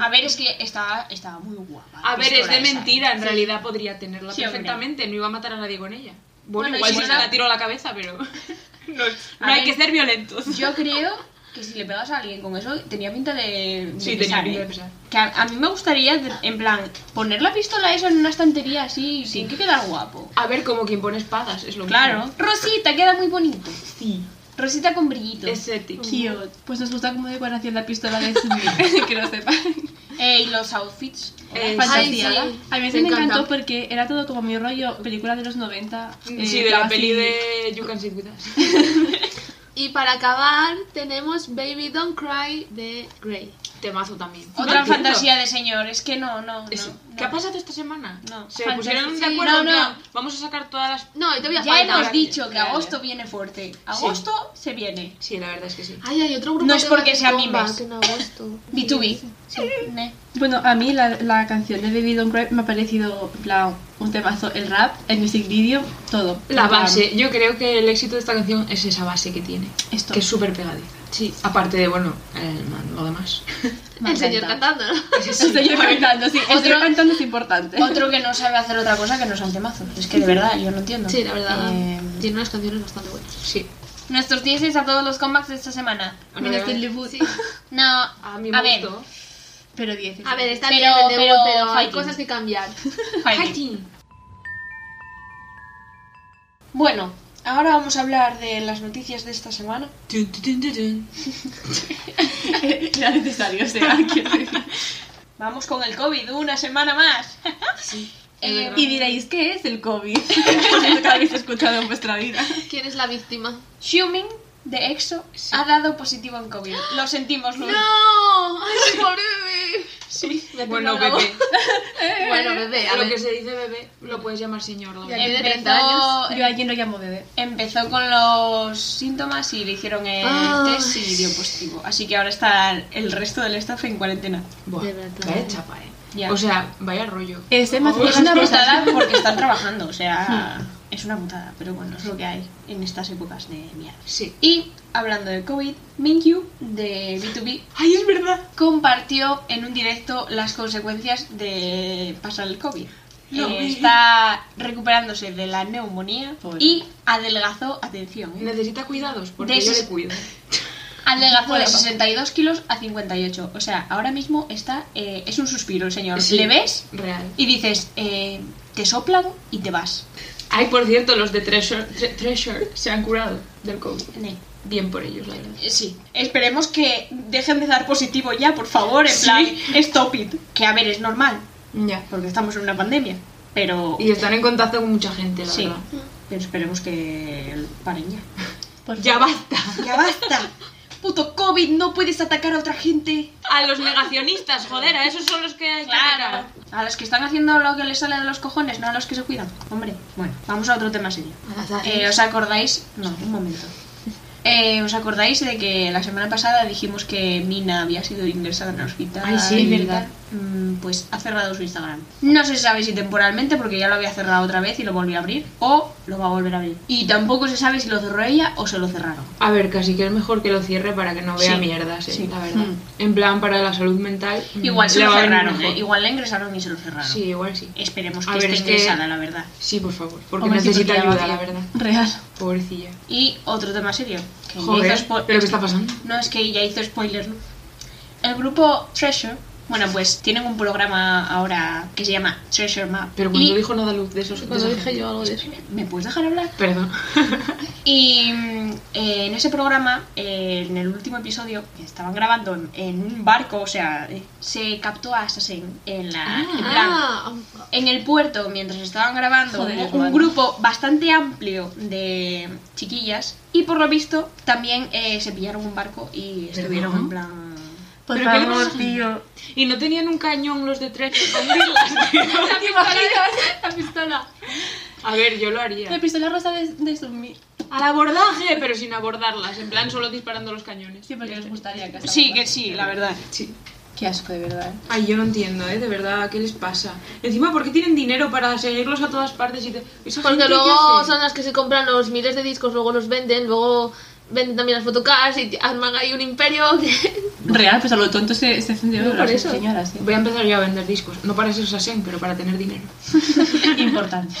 Speaker 1: A ver, es que estaba, estaba muy guapa. la
Speaker 3: A ver, es
Speaker 1: pistola
Speaker 3: de
Speaker 1: esa,
Speaker 3: mentira, en
Speaker 1: ¿eh?
Speaker 3: realidad podría tenerla
Speaker 1: Sí, hombre.
Speaker 3: perfectamente, no iba a matar a nadie con ella. Bueno,
Speaker 1: Bueno,
Speaker 3: igual
Speaker 1: y
Speaker 3: si
Speaker 1: si
Speaker 3: se
Speaker 1: no-
Speaker 3: la tiro a la cabeza, pero
Speaker 1: [laughs]
Speaker 3: [laughs] no, no
Speaker 1: A
Speaker 3: hay
Speaker 1: ver.
Speaker 3: que ser violentos.
Speaker 1: Yo creo que si le pegas a alguien con eso, tenía pinta de. de
Speaker 3: Sí, tenía
Speaker 1: pesar,
Speaker 3: pinta
Speaker 1: ¿eh?
Speaker 3: de pesar.
Speaker 1: Que a, a mí me gustaría, de- en plan, poner la pistola eso en una estantería así, sin que quedar guapo.
Speaker 3: A ver, como quien pone espadas, es lo
Speaker 1: Claro.
Speaker 3: mismo.
Speaker 1: Rosita, queda muy bonito.
Speaker 3: Sí,
Speaker 1: Rosita con brillitos.
Speaker 3: es ético.
Speaker 1: Mm.
Speaker 4: Cute. Pues nos gusta como decoración la pistola de Sumi, [laughs] que lo sepan.
Speaker 1: Eh, y los outfits.
Speaker 3: Eh,
Speaker 4: Fantasía.
Speaker 2: Ay, sí.
Speaker 4: A mí
Speaker 2: Me
Speaker 4: se me
Speaker 2: encanta.
Speaker 4: encantó porque era todo como mi rollo, película de los 90. eh,
Speaker 3: Sí, de la
Speaker 4: casi-
Speaker 3: peli de You Can Sit With Us.
Speaker 1: [laughs]
Speaker 2: Y para acabar, tenemos Baby Don't Cry de Grey.
Speaker 3: Temazo también.
Speaker 1: Otra
Speaker 3: No
Speaker 1: fantasía de señor. Es que no, no, no.
Speaker 3: entiendo. Es-
Speaker 1: no.
Speaker 3: ¿Qué ha pasado esta semana?
Speaker 1: No.
Speaker 3: Se
Speaker 1: Fantasía-
Speaker 3: pusieron de
Speaker 1: sí,
Speaker 3: acuerdo
Speaker 1: no,
Speaker 3: en
Speaker 1: no.
Speaker 3: plan, vamos a sacar todas las...
Speaker 2: No, y todavía
Speaker 1: Ya
Speaker 2: falta.
Speaker 1: hemos dicho que
Speaker 3: Claro.
Speaker 1: agosto viene fuerte. Agosto se viene.
Speaker 3: Sí, la verdad es que sí.
Speaker 2: Ay, hay otro grupo
Speaker 1: No es
Speaker 2: que
Speaker 1: porque
Speaker 2: hace
Speaker 1: sea
Speaker 2: comba,
Speaker 1: mimes.
Speaker 2: que en
Speaker 1: [laughs]
Speaker 2: agosto.
Speaker 1: B2B. Ne.
Speaker 4: Bueno, a mí la, la canción de Baby Don't Cry me ha parecido en plan, un temazo. El rap, el music video, todo.
Speaker 3: La
Speaker 4: En plan,
Speaker 3: base, yo creo que el éxito de esta canción es esa base que tiene,
Speaker 4: Esto.
Speaker 3: que es súper pegadiza.
Speaker 2: Sí.
Speaker 3: Aparte de, bueno, el man- lo demás.
Speaker 4: me
Speaker 2: El señor
Speaker 4: encanta.
Speaker 2: cantando, ¿no?
Speaker 4: El señor cantando, sí. El señor
Speaker 1: Otro-
Speaker 4: cantando es importante.
Speaker 1: Otro que no sabe hacer otra cosa que no son temazos. Es que de verdad, yo no entiendo.
Speaker 2: Sí, la verdad.
Speaker 1: Eh,
Speaker 2: Tiene unas canciones bastante buenas.
Speaker 3: Sí.
Speaker 1: Nuestros 10 a todos los comebacks de esta semana.
Speaker 4: Menos
Speaker 2: este
Speaker 4: el
Speaker 2: eh,
Speaker 4: debut.
Speaker 1: No, a,
Speaker 3: A mí me
Speaker 1: ver.
Speaker 3: gustó.
Speaker 4: Pero 10.
Speaker 2: A
Speaker 4: [laughs]
Speaker 2: ver, está
Speaker 1: Pero-
Speaker 2: bien el debut,
Speaker 1: pero
Speaker 2: pero, hay
Speaker 1: fighting.
Speaker 2: cosas que cambiar.
Speaker 1: Heidi. Bueno, ahora vamos a hablar de las noticias de esta semana.
Speaker 3: Tun, tun, tun, tun, tun.
Speaker 4: era necesario, o [laughs] sea, quiero decir.
Speaker 1: Vamos con el COVID, una semana más. [laughs]
Speaker 3: es
Speaker 1: Eh,
Speaker 3: verdad.
Speaker 4: Y diréis, ¿qué es el COVID? [laughs] Eso que habéis escuchado en vuestra vida.
Speaker 2: [laughs] ¿Quién es la víctima?
Speaker 1: Xiumin de EXO
Speaker 3: Sí.
Speaker 1: ha dado positivo en COVID. Lo sentimos, Luz.
Speaker 2: ¡No! [laughs] ¡Ay, mi pobre bebé!
Speaker 1: Sí.
Speaker 3: Bueno, bebé.
Speaker 2: Bueno, bebé, a
Speaker 3: Lo que
Speaker 2: ver.
Speaker 3: se dice bebé lo puedes llamar señor. la
Speaker 2: Ya
Speaker 3: verdad.
Speaker 2: que- Tiene 30
Speaker 1: Empezó, em,
Speaker 4: Yo a alguien lo llamo bebé.
Speaker 1: empezó con los síntomas y le hicieron el
Speaker 2: Ah.
Speaker 1: test y dio positivo. Así que ahora está el resto del staff en cuarentena.
Speaker 3: Buah,
Speaker 2: De verdad.
Speaker 3: vaya chapa, eh.
Speaker 1: Ya.
Speaker 3: O sea, vaya rollo.
Speaker 4: Ese me hace
Speaker 1: Es una
Speaker 4: unas cosas.
Speaker 1: putada porque están trabajando, o sea, es una putada, pero bueno, es lo que hay en estas épocas de mierda.
Speaker 3: Sí.
Speaker 1: Y hablando de COVID, Minkyu de B2B
Speaker 3: Ay, es verdad.
Speaker 1: compartió en un directo las consecuencias de pasar el COVID.
Speaker 3: No,
Speaker 1: Eh,
Speaker 3: eh.
Speaker 1: está recuperándose de la neumonía
Speaker 4: Pobre.
Speaker 1: y adelgazó, atención, eh,
Speaker 3: Necesita cuidados porque
Speaker 1: De
Speaker 3: yo
Speaker 1: esos-
Speaker 3: le cuido.
Speaker 1: adelgazó de 62 kilos a 58. O sea, ahora mismo está, eh, es un suspiro el señor.
Speaker 3: Sí.
Speaker 1: Le ves
Speaker 3: Real.
Speaker 1: y dices, eh, te soplan y te vas.
Speaker 3: Ay, por cierto, los de Treasure, Tre- Treasure se han curado del COVID.
Speaker 1: Ne.
Speaker 3: Bien por ellos, la verdad.
Speaker 1: Sí, esperemos que dejen de dar positivo ya, por favor, en plan, stop it. Que a ver, es normal,
Speaker 3: Ya.
Speaker 1: porque estamos en una pandemia, pero,
Speaker 3: Y están en contacto con mucha gente, la
Speaker 1: Sí.
Speaker 3: verdad.
Speaker 1: pero esperemos que paren ya.
Speaker 4: Por
Speaker 3: Ya
Speaker 4: favor.
Speaker 3: basta.
Speaker 1: [laughs] ¡Ya basta! ¡Puto COVID, no puedes atacar a otra gente!
Speaker 3: A los negacionistas, joder, a esos son los que hay que atacar.
Speaker 1: A los que están haciendo lo que les sale de los cojones, no a los que se cuidan. Hombre, bueno, vamos a otro tema serio.
Speaker 2: A las áreas.
Speaker 1: Eh, ¿Os acordáis? No, un momento. Eh, ¿Os acordáis de que la semana pasada dijimos que Mina había sido ingresada en el hospital?
Speaker 3: Ay, sí,
Speaker 1: y
Speaker 3: verdad.
Speaker 1: tal? Mm, Pues ha cerrado su Instagram. No se sabe si temporalmente, porque ya lo había cerrado otra vez y lo volvió a abrir, o lo va a volver a abrir. Y tampoco se sabe si lo cerró ella o se lo cerraron.
Speaker 3: A ver, casi que es mejor que lo cierre para que no vea
Speaker 1: Sí.
Speaker 3: mierdas, eh,
Speaker 1: Sí.
Speaker 3: la verdad. En plan, para la salud mental. mm,
Speaker 1: Igual se
Speaker 3: le
Speaker 1: lo
Speaker 3: va a venir
Speaker 1: cerraron,
Speaker 3: mejor.
Speaker 1: ¿eh? igual la ingresaron y se lo cerraron.
Speaker 3: Sí, igual sí.
Speaker 1: Esperemos
Speaker 3: A
Speaker 1: que
Speaker 3: ver,
Speaker 1: esté
Speaker 3: es que-
Speaker 1: ingresada, la verdad.
Speaker 3: Sí, por favor, porque
Speaker 4: Hombre, sí,
Speaker 3: necesita
Speaker 4: porque ya
Speaker 3: ayuda,
Speaker 4: va
Speaker 3: la
Speaker 4: bien.
Speaker 3: verdad.
Speaker 4: Real.
Speaker 3: Pobrecilla.
Speaker 1: Y otro tema serio. Que ya
Speaker 3: Joder,
Speaker 1: hizo spo-
Speaker 3: ¿pero qué está pasando?
Speaker 1: No, es que ya hizo spoiler, ¿no? El grupo Treasure, bueno, pues tienen un programa ahora que se llama Treasure Map.
Speaker 3: Pero cuando
Speaker 1: y
Speaker 3: dijo nada luz de esos... de
Speaker 2: Eh, Cuando
Speaker 3: esa
Speaker 2: dije
Speaker 3: gente.
Speaker 2: yo algo de eso.
Speaker 1: ¿Me puedes dejar hablar?
Speaker 3: Perdón. [laughs]
Speaker 1: Y mm, eh, en ese programa, eh, en el último episodio, que estaban grabando en, en un barco, o sea, eh, se captó a Assassin en la... en plan,
Speaker 2: Ah,
Speaker 1: en el puerto, mientras estaban grabando,
Speaker 4: Joder,
Speaker 1: hubo un
Speaker 4: Juan.
Speaker 1: grupo bastante amplio de chiquillas y por lo visto también eh, se pillaron un barco y estuvieron en plan...
Speaker 4: Por
Speaker 3: Pero ¿qué le
Speaker 4: favor,
Speaker 3: pasa?
Speaker 4: tío.
Speaker 3: Y no tenían un cañón los de tres para hundirlas, [laughs] tío.
Speaker 2: La pistola, [laughs] la pistola.
Speaker 3: A ver, yo lo
Speaker 4: La
Speaker 3: haría.
Speaker 4: pistola rosa de, de Sumi.
Speaker 3: Al abordaje, pero sin abordarlas. En plan, solo disparando los cañones.
Speaker 4: Sí, porque les gustaría que
Speaker 1: Sí, que sí, la verdad.
Speaker 3: Sí.
Speaker 4: Qué asco, de verdad.
Speaker 3: Ay, yo no entiendo, ¿eh? De verdad, ¿qué les pasa? Encima, ¿por qué tienen dinero para seguirlos a todas partes? y te... ¿Esa gente
Speaker 2: Porque
Speaker 3: qué
Speaker 2: luego
Speaker 3: hace?
Speaker 2: son las que se compran los miles de discos, luego los venden, luego venden también las fotocaras y arman ahí un imperio que...
Speaker 4: Real, pues a lo tonto se, se hacen de
Speaker 2: No,
Speaker 4: oro
Speaker 2: por
Speaker 4: las
Speaker 2: eso.
Speaker 4: señoras, [laughs] ¿eh?
Speaker 3: Voy a empezar yo a vender discos. No para ser Sasen, pero para tener dinero.
Speaker 4: Importante.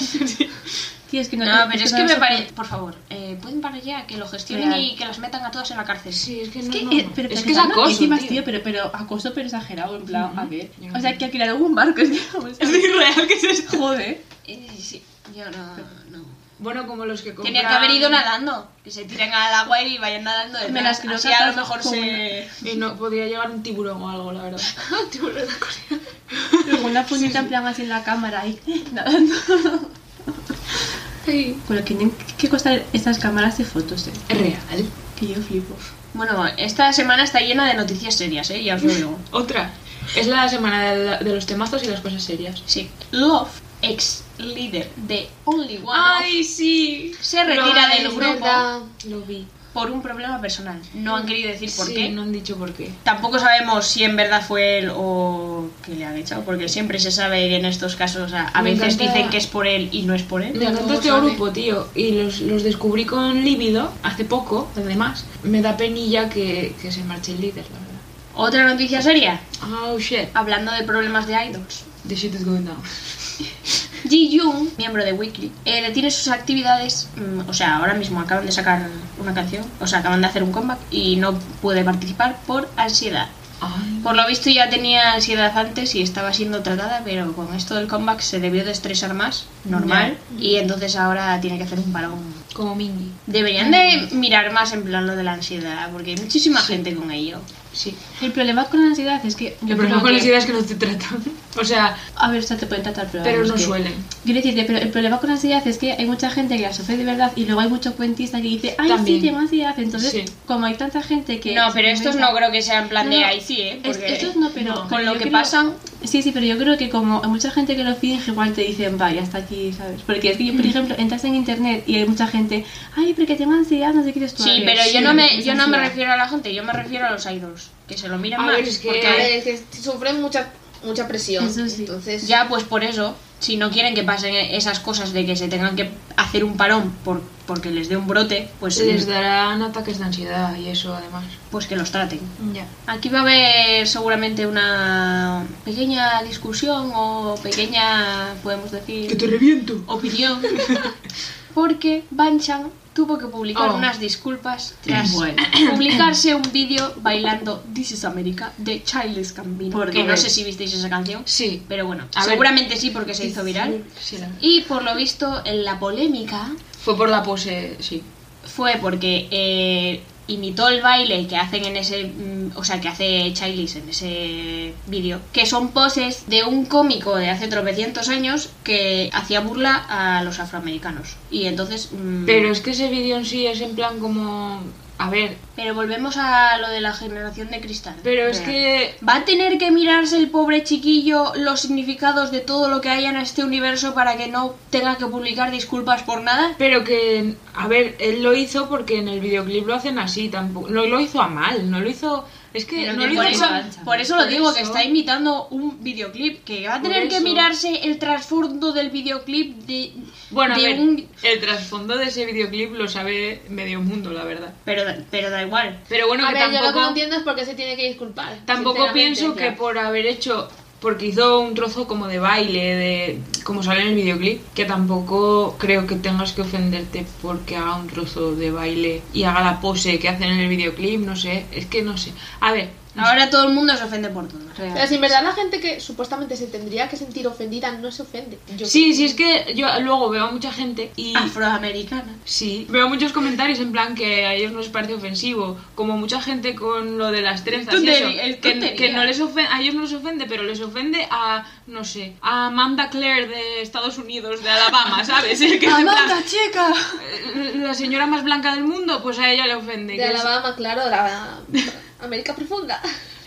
Speaker 4: Tío, es que no,
Speaker 1: No,
Speaker 4: te-
Speaker 1: pero es que me
Speaker 4: no se-
Speaker 1: parece. Por favor, eh, pueden parar ya, que lo gestionen
Speaker 4: Real.
Speaker 1: y que las metan a todas en la cárcel.
Speaker 3: Sí, es que
Speaker 4: Es
Speaker 3: no,
Speaker 4: que,
Speaker 3: no,
Speaker 4: eh,
Speaker 3: no.
Speaker 4: pero
Speaker 3: es, que es
Speaker 4: pensando
Speaker 3: acoso,
Speaker 4: encima,
Speaker 3: tío.
Speaker 4: tío, pero, pero acoso pero exagerado, en plan, a ver.
Speaker 3: Yo
Speaker 4: O
Speaker 3: no
Speaker 4: sea,
Speaker 3: sé.
Speaker 4: hay que crear algún marco, [laughs] es que vamos
Speaker 3: [laughs]
Speaker 4: a
Speaker 3: Es
Speaker 4: ver.
Speaker 3: irreal que es esto.
Speaker 4: Joder.
Speaker 1: Eh, sí, yo no. no.
Speaker 3: Bueno, como los que compran...
Speaker 1: Tenía que haber ido nadando, que se tiren al agua y vayan nadando detrás.
Speaker 4: Me las creo
Speaker 1: Así
Speaker 4: que
Speaker 1: a lo
Speaker 4: atrás
Speaker 1: mejor
Speaker 4: como
Speaker 1: se.
Speaker 3: Y no, podría llegar un tiburón o algo, la verdad.
Speaker 4: Con una puñeta en plan así en la cámara ahí eh, nadando.
Speaker 2: [laughs] Sí.
Speaker 4: Con lo que tienen que costar estas cámaras de fotos, eh.
Speaker 3: Es real.
Speaker 4: Que yo flipo.
Speaker 1: Bueno, esta semana está llena de noticias serias, ¿eh? Ya os lo digo.
Speaker 3: Otra. Es la semana de, de los temazos y las cosas serias.
Speaker 1: Sí. Love, ex líder de Only One,
Speaker 3: ¡Ay, sí!
Speaker 1: se retira
Speaker 3: Lo-
Speaker 1: del
Speaker 3: es
Speaker 1: grupo
Speaker 2: verdad.
Speaker 3: Lo vi.
Speaker 1: por un problema personal. No han querido decir por
Speaker 3: Mm, sí,
Speaker 1: qué.
Speaker 3: no han dicho por qué.
Speaker 1: Tampoco sabemos si en verdad fue él o que le han echado, porque siempre se sabe que en estos casos a, a
Speaker 3: Me
Speaker 1: veces
Speaker 3: encanta-
Speaker 1: dicen que es por él y no es por él.
Speaker 3: Me encanta
Speaker 2: ¿Cómo
Speaker 3: este
Speaker 2: sabe?
Speaker 3: grupo, tío. Y los, los descubrí con Líbido hace poco, además. Me da penilla que, que se marche el líder, la verdad.
Speaker 1: Otra noticia seria,
Speaker 3: Oh, shit.
Speaker 1: hablando de problemas de idols.
Speaker 3: The shit is going down.
Speaker 1: Ji Yoon, miembro de Weekly, eh, detiene sus actividades, mm, o sea, ahora mismo acaban de sacar una canción, o sea, acaban de hacer un comeback y no puede participar por ansiedad.
Speaker 3: Ay.
Speaker 1: Por lo visto ya tenía ansiedad antes y estaba siendo tratada, pero con esto del comeback se debió de estresar más, normal, y entonces ahora tiene que hacer un parón
Speaker 3: Como Mingy.
Speaker 1: Deberían de mirar más en plan lo de la ansiedad, porque hay muchísima gente con ello.
Speaker 3: Sí.
Speaker 4: El problema con la ansiedad es que. yo
Speaker 3: El problema
Speaker 4: creo
Speaker 3: con
Speaker 4: que-
Speaker 3: las ideas es que no te tratan. [laughs] O sea,
Speaker 4: A ver, o sea, te pueden tratar, pero.
Speaker 3: pero
Speaker 4: vamos,
Speaker 3: no
Speaker 4: que-
Speaker 3: suelen.
Speaker 4: Quiero decirte, pero el problema con la ansiedad es que hay mucha gente que la sufre de verdad y luego hay mucho cuentista que dice, ay,
Speaker 3: También.
Speaker 4: sí, tengo ansiedad. Entonces,
Speaker 3: Sí.
Speaker 4: como hay tanta gente que.
Speaker 1: No, pero estos no
Speaker 4: experimenta-
Speaker 1: creo que sea en plan de
Speaker 4: No,
Speaker 1: ahí sí, ¿eh?
Speaker 4: Es-
Speaker 1: Porque
Speaker 4: estos no, pero.
Speaker 1: con
Speaker 4: pero
Speaker 1: lo
Speaker 4: yo
Speaker 1: que
Speaker 4: creo-
Speaker 1: pasan,
Speaker 4: Sí, sí, pero yo creo que como hay mucha gente que lo finge, igual te dicen, vaya, hasta aquí, ¿sabes? Porque es que yo, por ejemplo, entras en internet y hay mucha gente, ay, porque tengo ansiedad, no sé qué es tu
Speaker 1: sí, pero yo no me yo no me refiero a la gente, yo me refiero a los idols, que se lo miran
Speaker 3: A
Speaker 1: más.
Speaker 3: ver, es que-
Speaker 1: porque
Speaker 2: A ver, que sufren mucha, mucha presión.
Speaker 4: Eso sí.
Speaker 2: Entonces,
Speaker 1: ya pues por eso, si no quieren que pasen esas cosas de que se tengan que hacer un parón por, porque les dé un brote, pues
Speaker 3: Les darán ataques de ansiedad y eso, además.
Speaker 1: pues que los traten.
Speaker 3: Ya.
Speaker 1: Aquí va a haber seguramente una pequeña discusión o pequeña, podemos decir,
Speaker 3: reviento.
Speaker 1: opinión [laughs] porque Banchan tuvo que publicar
Speaker 3: Oh.
Speaker 1: unas disculpas tras
Speaker 4: Bueno.
Speaker 1: [coughs] publicarse un vídeo bailando This is America de Childish Gambino
Speaker 4: Por
Speaker 1: que no
Speaker 4: Dios.
Speaker 1: sé si visteis esa canción
Speaker 3: Sí.
Speaker 1: pero bueno
Speaker 3: A ver.
Speaker 1: seguramente sí porque se hizo viral
Speaker 3: Sí, la-
Speaker 1: y por lo visto en la polémica
Speaker 3: Fue por la pose, sí.
Speaker 1: fue porque eh, imitó el baile que hacen en ese mm, o sea que hace Childish en ese vídeo que son poses de un cómico de hace tropecientos años que hacía burla a los afroamericanos y entonces mm,
Speaker 3: Pero es que ese vídeo en sí es en plan como... A ver,
Speaker 1: pero volvemos a lo de la generación de cristal
Speaker 3: pero es
Speaker 1: Espera.
Speaker 3: que...
Speaker 1: va a tener que mirarse el pobre chiquillo los significados de todo lo que haya en este universo para que no tenga que publicar disculpas por nada
Speaker 3: Pero que, a ver, él lo hizo porque en el videoclip lo hacen así, tampoco... Lo, lo hizo a mal, no lo hizo... Es que
Speaker 1: Pero
Speaker 3: no
Speaker 1: que
Speaker 3: lo
Speaker 1: por,
Speaker 3: hizo
Speaker 1: eso,
Speaker 3: a-
Speaker 1: por eso lo
Speaker 3: Por
Speaker 1: digo, que
Speaker 3: eso.
Speaker 1: está imitando un videoclip, que va a
Speaker 3: Por
Speaker 1: tener que
Speaker 3: eso.
Speaker 1: mirarse el trasfondo del videoclip de,
Speaker 3: Bueno, a
Speaker 1: de
Speaker 3: ver,
Speaker 1: un...
Speaker 3: el trasfondo de ese videoclip lo sabe medio mundo, la verdad.
Speaker 1: Pero, da- pero da igual.
Speaker 3: Pero bueno,
Speaker 2: a
Speaker 3: que
Speaker 2: ver, yo lo que
Speaker 3: tampoco...
Speaker 2: no entiendo es por qué se tiene que disculpar.
Speaker 3: Tampoco
Speaker 2: sinceramente,
Speaker 3: pienso que
Speaker 2: claro.
Speaker 3: por haber hecho, porque hizo un trozo como de baile, de como sale en el videoclip, que tampoco creo que tengas que ofenderte porque haga un trozo de baile y haga la pose que hacen en el videoclip, no sé, es que no sé. A ver, no sé.
Speaker 1: Ahora todo el mundo se ofende por todo.
Speaker 2: Pero si en verdad la gente que supuestamente se tendría que sentir ofendida no se ofende. Yo-
Speaker 3: sí, sí es que yo luego veo a mucha gente y
Speaker 1: Ah, Afroamericana.
Speaker 3: Sí, veo muchos comentarios en plan que a ellos no les parece ofensivo, como mucha gente con lo de las trenzas y
Speaker 1: Tontería,
Speaker 3: eso,
Speaker 1: el
Speaker 3: que,
Speaker 1: tontería.
Speaker 3: que no les ofen- a ellos no les ofende, pero les ofende a, no sé, a Amanda Claire de Estados Unidos, de
Speaker 1: [laughs]
Speaker 3: Alabama, ¿sabes? [laughs] Que es
Speaker 4: Ah,
Speaker 3: en plan,
Speaker 1: chica!
Speaker 3: eh, la señora más blanca del mundo, pues a ella le ofende.
Speaker 2: De
Speaker 3: que es-
Speaker 2: [laughs] Alabama, claro, de la América profunda.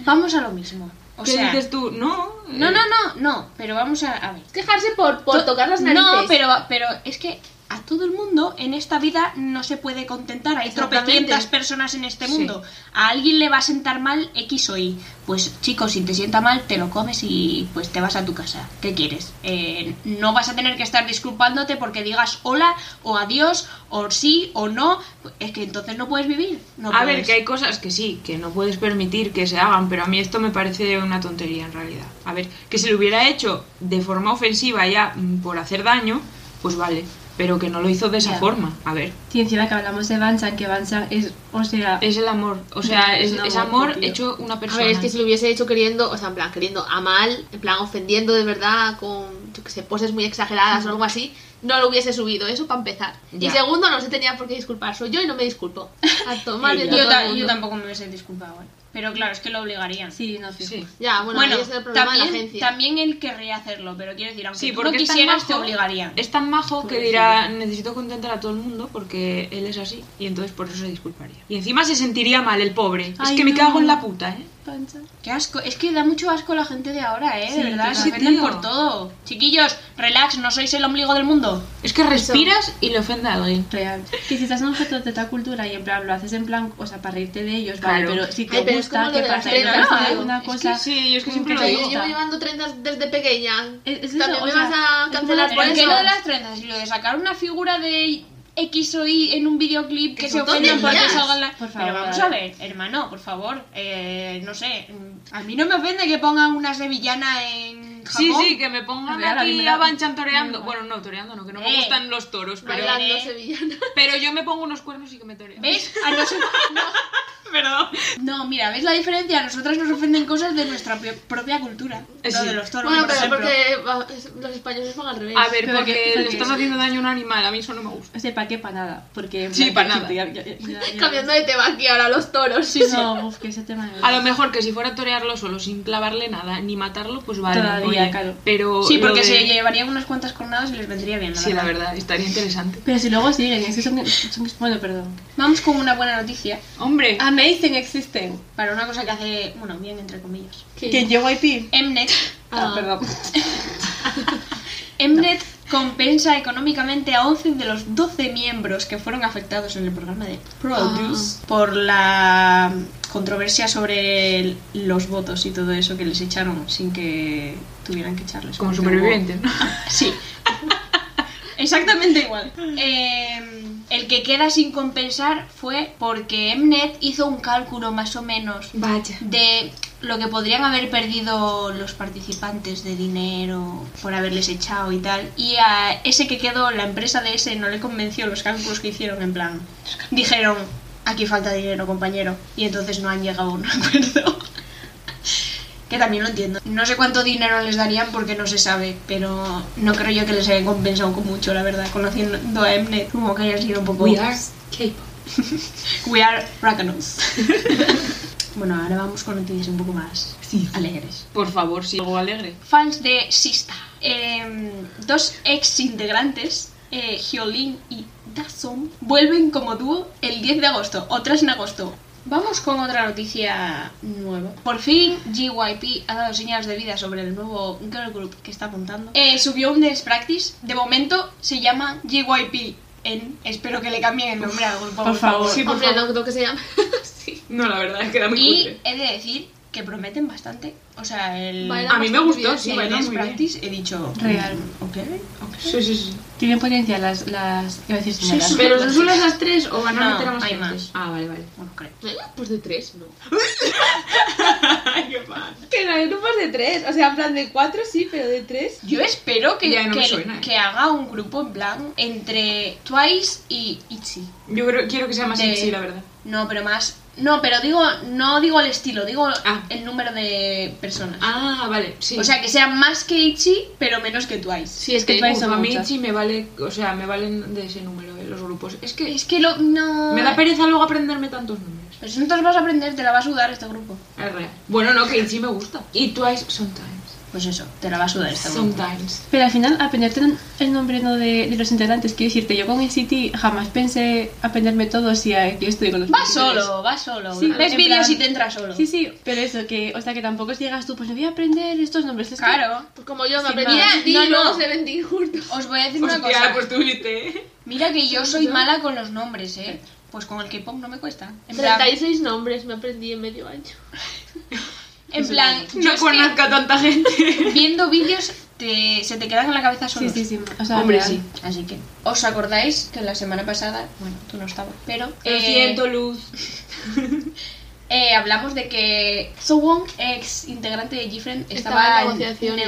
Speaker 1: Vamos a lo mismo. O
Speaker 3: ¿Qué
Speaker 1: sea,
Speaker 3: dices tú? No. eh,
Speaker 1: no, no, no, no, pero vamos a, a ver.
Speaker 2: Quejarse por, por tocar las narices.
Speaker 1: No, pero, pero es que a todo el mundo en esta vida no se puede contentar. Hay
Speaker 2: Exactamente.
Speaker 1: tropecientas personas en este
Speaker 3: Sí.
Speaker 1: mundo. A alguien le va a sentar mal X o Y. Pues chicos, si te sienta mal, te lo comes y pues te vas a tu casa. ¿Qué quieres? Eh, no vas a tener que estar disculpándote porque digas hola o adiós o sí o no. Es que entonces no puedes vivir. No
Speaker 3: a ver,
Speaker 1: puedes.
Speaker 3: que hay cosas que sí, que no puedes permitir que se hagan, pero a mí esto me parece una tontería en realidad. A ver, que se lo hubiera hecho de forma ofensiva ya mm, por hacer daño, pues vale, pero que no lo hizo de esa
Speaker 1: Ya.
Speaker 3: forma. A ver,
Speaker 4: Y encima que hablamos de Banchan, que Banchan es, o sea,
Speaker 3: es el amor, o sea, es,
Speaker 4: Es un
Speaker 3: es
Speaker 4: amor
Speaker 3: amor
Speaker 4: propio.
Speaker 3: hecho una
Speaker 2: A
Speaker 3: persona.
Speaker 2: ver, es que si lo hubiese hecho queriendo, o sea, en plan, queriendo a mal, en plan, ofendiendo de verdad, con, yo que sé, poses muy exageradas o algo así, no lo hubiese subido, eso para empezar. Y
Speaker 3: Ya.
Speaker 2: segundo, no se tenía por qué disculpar, soy yo y no me disculpo. A tomar
Speaker 4: Ella.
Speaker 2: viento
Speaker 1: [laughs] yo,
Speaker 2: a todo
Speaker 1: ta-
Speaker 2: el
Speaker 1: yo
Speaker 2: mundo.
Speaker 1: tampoco me hubiese disculpado. ¿eh? Pero claro, es que lo obligarían.
Speaker 4: sí, no fijo.
Speaker 3: Sí.
Speaker 2: Ya, bueno,
Speaker 1: Bueno,
Speaker 2: ahí es el problema de la
Speaker 1: también,
Speaker 2: agencia.
Speaker 1: también él querría hacerlo, pero quiero decir, aunque
Speaker 3: Sí,
Speaker 1: tú
Speaker 3: porque
Speaker 1: no
Speaker 3: es tan
Speaker 1: quisieras,
Speaker 3: majo,
Speaker 1: te obligarían.
Speaker 3: Es tan majo que
Speaker 4: Pobrecillo.
Speaker 3: dirá, necesito contentar a todo el mundo porque él es así y entonces por eso se disculparía. Y encima se sentiría mal el pobre. es
Speaker 4: Ay,
Speaker 3: que me
Speaker 4: no.
Speaker 3: cago en la puta, ¿eh?
Speaker 4: Banchan.
Speaker 1: Qué asco, es que da mucho asco la gente de ahora, ¿eh?
Speaker 4: Sí,
Speaker 1: de verdad, se
Speaker 3: sí,
Speaker 1: ofenden
Speaker 3: tío.
Speaker 1: por todo. Chiquillos, relax, no sois el ombligo del mundo.
Speaker 3: Es que respiras y le ofende a alguien.
Speaker 4: Real. Que si estás en un objeto de tal cultura y en plan lo haces en plan, o sea, para reírte de ellos,
Speaker 3: Claro.
Speaker 4: vale, pero si te
Speaker 2: Ay, pero es
Speaker 4: gusta,
Speaker 2: como lo
Speaker 4: que
Speaker 2: de las
Speaker 4: pasa
Speaker 2: prendas,
Speaker 4: una,
Speaker 2: tío.
Speaker 4: una
Speaker 3: Es que
Speaker 4: cosa.
Speaker 3: sí, yo es que siempre
Speaker 4: un
Speaker 3: lo
Speaker 2: O sea,
Speaker 3: digo.
Speaker 2: yo llevo llevando trendas desde pequeña.
Speaker 4: Es- es eso,
Speaker 2: También
Speaker 4: o
Speaker 2: me
Speaker 4: sea,
Speaker 2: vas a
Speaker 4: es
Speaker 2: cancelar
Speaker 4: como-
Speaker 2: por
Speaker 1: Pero que
Speaker 2: eso.
Speaker 1: lo de las trenzas y lo de sacar una figura de X o Y en un videoclip que
Speaker 2: Que
Speaker 1: se
Speaker 2: son
Speaker 1: ofendan porque
Speaker 2: tonterías.
Speaker 1: salgan las...
Speaker 4: Por
Speaker 1: Pero
Speaker 4: favor.
Speaker 1: vamos a ver, hermano, por favor, eh, no sé, mm, a mí no me ofende que pongan una sevillana en Japón.
Speaker 3: Sí, sí, que me pongan
Speaker 4: Real, a mí
Speaker 3: aquí
Speaker 4: me
Speaker 3: a
Speaker 4: da-
Speaker 3: Banchan toreando.
Speaker 4: me da
Speaker 3: Bueno, no, toreando no, que no
Speaker 1: Eh.
Speaker 3: me gustan los toros, pero,
Speaker 1: Baila-
Speaker 2: Bailando
Speaker 1: eh.
Speaker 2: sevillana.
Speaker 3: pero yo me pongo unos cuernos y que me toreo.
Speaker 1: ¿Ves? A nosotros...
Speaker 3: [laughs] Perdón.
Speaker 1: No, mira, ¿ves la diferencia? A nosotras nos ofenden cosas de nuestra pi- propia cultura.
Speaker 3: Eh,
Speaker 1: Lo
Speaker 3: sí.
Speaker 1: de los toros,
Speaker 2: Bueno,
Speaker 1: por
Speaker 2: pero
Speaker 1: ejemplo.
Speaker 2: porque va, es- los españoles van al revés.
Speaker 3: A ver,
Speaker 4: Pero
Speaker 3: porque
Speaker 4: que-
Speaker 3: le
Speaker 4: porque-
Speaker 3: estás haciendo daño a un animal, a mí eso no me gusta.
Speaker 4: O sea, ¿para qué? Para nada. Porque. en
Speaker 3: Sí,
Speaker 4: plan,
Speaker 3: pa' nada.
Speaker 4: ya- ya- ya- ya-
Speaker 2: Cambiando de tema aquí ahora los toros.
Speaker 4: No, uf, que ese tema. de-
Speaker 3: A lo mejor que si fuera a torearlo solo, sin clavarle nada, ni matarlo, pues vale.
Speaker 4: Todavía,
Speaker 3: oye,
Speaker 4: claro.
Speaker 3: Pero
Speaker 1: Sí,
Speaker 3: lo
Speaker 1: porque
Speaker 3: de-
Speaker 1: se llevarían unas cuantas cornadas y les vendría bien, la
Speaker 3: Sí, la
Speaker 1: verdad.
Speaker 3: verdad, estaría interesante.
Speaker 4: Pero si luego siguen, es que son. son bueno, perdón.
Speaker 1: Vamos con una buena noticia
Speaker 3: Hombre,
Speaker 4: Amazing Existen.
Speaker 1: para una cosa que hace, bueno, bien entre comillas.
Speaker 4: Que JYP.
Speaker 3: [laughs]
Speaker 1: Mnet,
Speaker 4: Ah,
Speaker 2: Ah.
Speaker 4: perdón.
Speaker 1: Mnet compensa económicamente a 11 de los 12 miembros que fueron afectados en el programa de
Speaker 3: Ah.
Speaker 1: Produce por la controversia sobre el- los votos y todo eso que les echaron sin que tuvieran que echarles.
Speaker 3: como
Speaker 1: Porque hubo-
Speaker 3: supervivientes, ¿no? [laughs]
Speaker 1: [laughs] Sí. Exactamente igual. Eh, el que queda sin compensar fue porque Mnet hizo un cálculo más o menos
Speaker 3: Vaya.
Speaker 1: de lo que podrían haber perdido los participantes de dinero por haberles echado y tal. Y a ese que quedó, la empresa de ese, no le convenció los cálculos que hicieron en plan. Dijeron, aquí falta dinero, compañero. Y entonces no han llegado a un [laughs] acuerdo. Que también lo entiendo. No sé cuánto dinero les darían porque no se sabe, pero no creo yo que les hayan compensado con mucho, la verdad, conociendo a Mnet, como que hayan sido un poco...
Speaker 3: We are K-pop.
Speaker 1: [laughs] We are Rakanos. bueno, ahora vamos con noticias un poco más alegres.
Speaker 3: Por favor, sí, algo alegre.
Speaker 1: Fans de Sista. Em, dos ex integrantes, eh, Hyolin y Dasom, vuelven como dúo el 10 de agosto, otras en agosto. Vamos con otra noticia nueva. Por fin, GYP ha dado señales de vida sobre el nuevo girl group que está montando. Eh, subió un Dance Practice. De momento se llama GYP. En, espero que le cambien el nombre al grupo.
Speaker 4: por favor.
Speaker 3: Sí, por
Speaker 2: Hombre,
Speaker 3: favor.
Speaker 2: no creo que se llame así.
Speaker 3: No, la verdad es que da muy
Speaker 1: Y
Speaker 3: cutre.
Speaker 1: he de decir que prometen bastante. O sea, el.
Speaker 2: Bailan
Speaker 3: A mí me gustó,
Speaker 1: Sí,
Speaker 3: sí,
Speaker 1: el
Speaker 3: bailó
Speaker 1: dance
Speaker 3: muy bien.
Speaker 1: practice he dicho.
Speaker 4: Real.
Speaker 1: mm, Ok, ok.
Speaker 3: Sí, sí, sí.
Speaker 4: Tienen potencia las. las iba a decir señoras.
Speaker 1: sí.
Speaker 3: ¿Pero son solo esas tres o van a
Speaker 1: No,
Speaker 3: meter a más
Speaker 1: hay
Speaker 3: gente?
Speaker 1: más.
Speaker 3: Ah, vale, vale.
Speaker 1: Bueno, creo.
Speaker 2: ¿Eh? Pues de tres, no.
Speaker 3: Ay, qué mal.
Speaker 2: Que no hay grupos de tres. O sea, en plan de cuatro sí, pero de tres.
Speaker 1: Yo espero que,
Speaker 3: Ya no me
Speaker 1: que,
Speaker 3: suena, ¿eh?
Speaker 1: que haga un grupo en plan entre Twice y Itzy.
Speaker 3: Yo creo, quiero que sea más
Speaker 1: De-
Speaker 3: sexy, la verdad.
Speaker 1: No, pero más. No, pero digo, no digo el estilo, digo
Speaker 3: Ah.
Speaker 1: el número de personas.
Speaker 3: Ah, vale, sí.
Speaker 1: O sea, que sea más que Itzy, pero menos que Twice.
Speaker 3: sí, es que
Speaker 4: que parece
Speaker 3: uf, eh, a mí
Speaker 4: muchas.
Speaker 3: sí me vale, o sea, me valen de ese número eh, los grupos. Es que
Speaker 1: Es que lo. No.
Speaker 3: me da pereza luego aprenderme tantos nombres.
Speaker 1: Pero si no te los vas a aprender, te la va a sudar este grupo.
Speaker 3: Es real. Bueno, no, que sí me gusta. Y Twice Sometimes.
Speaker 1: pues eso, te la va a sudar este esta banda.
Speaker 3: Sometimes.
Speaker 4: Pero al final, aprenderte el nombre ¿no? de, de los integrantes, quiero decirte, yo con el City jamás pensé aprenderme todo si a- yo estoy con los
Speaker 1: Va
Speaker 4: 23.
Speaker 1: solo, va solo.
Speaker 4: Sí,
Speaker 1: Ves
Speaker 4: en
Speaker 1: vídeos
Speaker 4: plan-
Speaker 1: y te entra solo.
Speaker 4: Sí, sí, pero eso, que, o sea, que tampoco llegas tú, pues me voy a aprender estos nombres. Es que-
Speaker 1: Claro.
Speaker 2: Pues como yo, me
Speaker 4: Sin
Speaker 2: aprendí
Speaker 1: más.
Speaker 2: a ti
Speaker 1: No,
Speaker 2: y luego
Speaker 1: no.
Speaker 2: se vendí injusto.
Speaker 1: Os voy a decir una
Speaker 3: Hostia,
Speaker 1: cosa.
Speaker 3: pues tú viste.
Speaker 1: Mira que yo soy mala con los nombres, ¿eh? Pues con el K-pop no me cuesta. En plan,
Speaker 2: 36 nombres me aprendí en medio año.
Speaker 1: en plan yo
Speaker 3: No
Speaker 1: es
Speaker 3: conozco a tanta gente.
Speaker 1: que viendo vídeos te- se te quedan en la cabeza
Speaker 4: Sí,
Speaker 1: solos.
Speaker 4: sí, sí. O sea,
Speaker 3: Hombre,
Speaker 4: real.
Speaker 3: sí.
Speaker 1: Así que, ¿os acordáis que la semana pasada, bueno, tú no estabas, pero
Speaker 3: Lo
Speaker 1: eh,
Speaker 3: siento, Luz.
Speaker 1: eh, hablamos de que Sowon, ex integrante de GFRIEND, estaba,
Speaker 2: Estaba en
Speaker 1: en
Speaker 2: negociaciones,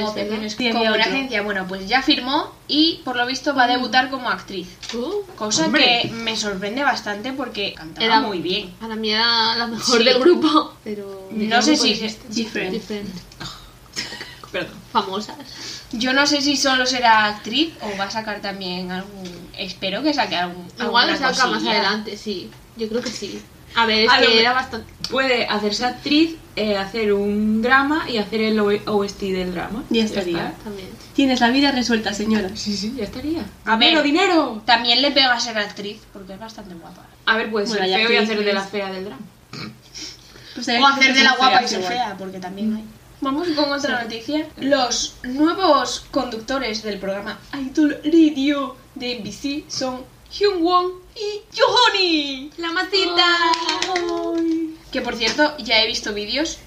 Speaker 4: ¿verdad?
Speaker 1: negociaciones con
Speaker 4: Tenía
Speaker 1: una
Speaker 4: otro.
Speaker 1: agencia. Bueno, pues ya firmó y por lo visto va a debutar como actriz.
Speaker 2: Uh,
Speaker 1: Cosa
Speaker 3: Hombre.
Speaker 1: que me sorprende bastante porque cantaba
Speaker 2: Era-
Speaker 1: Ah, muy bien.
Speaker 2: para mí era la mejor
Speaker 1: Sí.
Speaker 2: del grupo. Pero.
Speaker 1: No sé si-
Speaker 2: este.
Speaker 4: Different.
Speaker 2: Different.
Speaker 3: Perdón.
Speaker 2: Famosas.
Speaker 1: Yo no sé si solo será actriz o va a sacar también algún... Espero que saque algún...
Speaker 2: Igual lo
Speaker 1: alguna
Speaker 2: saca más
Speaker 1: cosilla.
Speaker 2: adelante, sí. Yo creo que sí. A ver, es
Speaker 3: A lo
Speaker 2: que
Speaker 3: me-
Speaker 2: era bastante.
Speaker 3: Puede hacerse actriz, eh, hacer un drama y hacer el O- OST del drama.
Speaker 4: Ya estaría.
Speaker 3: está.
Speaker 2: También.
Speaker 4: Tienes la vida resuelta, señora.
Speaker 3: Sí, sí, ya estaría.
Speaker 1: A ver.
Speaker 3: ¡Dinero, dinero!
Speaker 1: También le pega ser actriz porque es bastante guapa.
Speaker 3: A ver, puede
Speaker 4: Bueno,
Speaker 3: ser
Speaker 4: ya
Speaker 3: feo y
Speaker 4: actriz,
Speaker 3: hacer de la
Speaker 4: pues.
Speaker 3: fea del drama.
Speaker 4: Pues hay
Speaker 1: O hacer
Speaker 4: gente
Speaker 1: de la
Speaker 4: que son
Speaker 1: guapa y
Speaker 4: feas
Speaker 1: ser
Speaker 4: igual.
Speaker 1: fea, porque también hay. Vamos con otra noticia. Los nuevos conductores del programa Idol Radio de NBC son Hyunwon y Yohoni.
Speaker 2: ¡La macita!
Speaker 1: Que por cierto, ya he visto vídeos.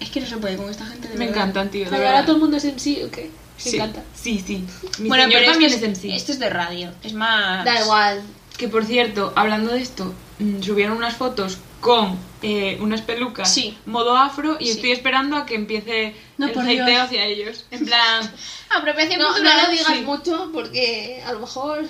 Speaker 1: Es que no se puede con esta gente de
Speaker 3: Me
Speaker 1: verdad.
Speaker 3: encantan, tío. de
Speaker 2: Pero
Speaker 3: verdad.
Speaker 2: ahora todo el mundo es MC, ¿o qué? Me
Speaker 3: sí.
Speaker 2: encanta.
Speaker 3: Sí, sí. Mi
Speaker 1: bueno,
Speaker 3: señor
Speaker 1: pero
Speaker 3: también
Speaker 1: esto
Speaker 3: es MC.
Speaker 1: Esto es de radio. Es más.
Speaker 2: Da igual.
Speaker 3: Que por cierto, hablando de esto, mm, subieron unas fotos con eh, unas pelucas
Speaker 1: Sí.
Speaker 3: modo afro y
Speaker 1: Sí.
Speaker 3: estoy esperando a que empiece
Speaker 4: No,
Speaker 3: el
Speaker 4: por
Speaker 3: hateo
Speaker 4: Dios.
Speaker 3: hacia ellos. En plan,
Speaker 1: Apropiación
Speaker 2: No, no
Speaker 1: cultural.
Speaker 2: lo digas
Speaker 3: sí.
Speaker 2: mucho porque a lo mejor.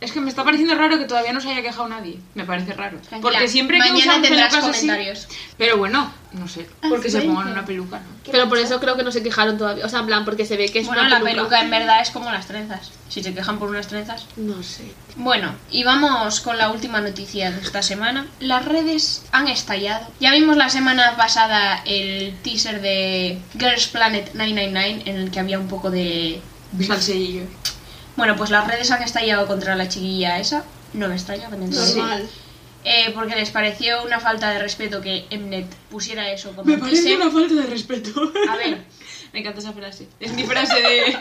Speaker 3: es que me está pareciendo raro que todavía no se haya quejado nadie. Me parece raro.
Speaker 1: Tranquila,
Speaker 3: Porque siempre que
Speaker 1: mañana
Speaker 3: usan
Speaker 1: tendrás
Speaker 3: pelucas así-
Speaker 1: comentarios.
Speaker 3: Pero bueno, no sé. Porque se
Speaker 4: sí.
Speaker 3: pongan una peluca, ¿no?
Speaker 2: Pero por eso creo que no se quejaron todavía. O sea, en plan, porque se ve que es
Speaker 1: Bueno,
Speaker 2: una
Speaker 1: la peluca en verdad es como las trenzas. Si se quejan por unas trenzas.
Speaker 2: No sé.
Speaker 1: Bueno, y vamos con la última noticia de esta semana. Las redes han estallado. Ya vimos la semana pasada el teaser de Girls Planet 999 en el que había un poco de...
Speaker 3: Pues Salseillo.
Speaker 1: Bueno, pues las redes han estallado contra la chiquilla esa. No me extraña que me entere.
Speaker 2: Normal.
Speaker 1: Eh, porque les pareció una falta de respeto que Mnet pusiera eso como
Speaker 3: Me parece
Speaker 1: teaser.
Speaker 3: una falta de respeto.
Speaker 1: A ver,
Speaker 3: Me encanta esa frase. Es mi frase [laughs] de.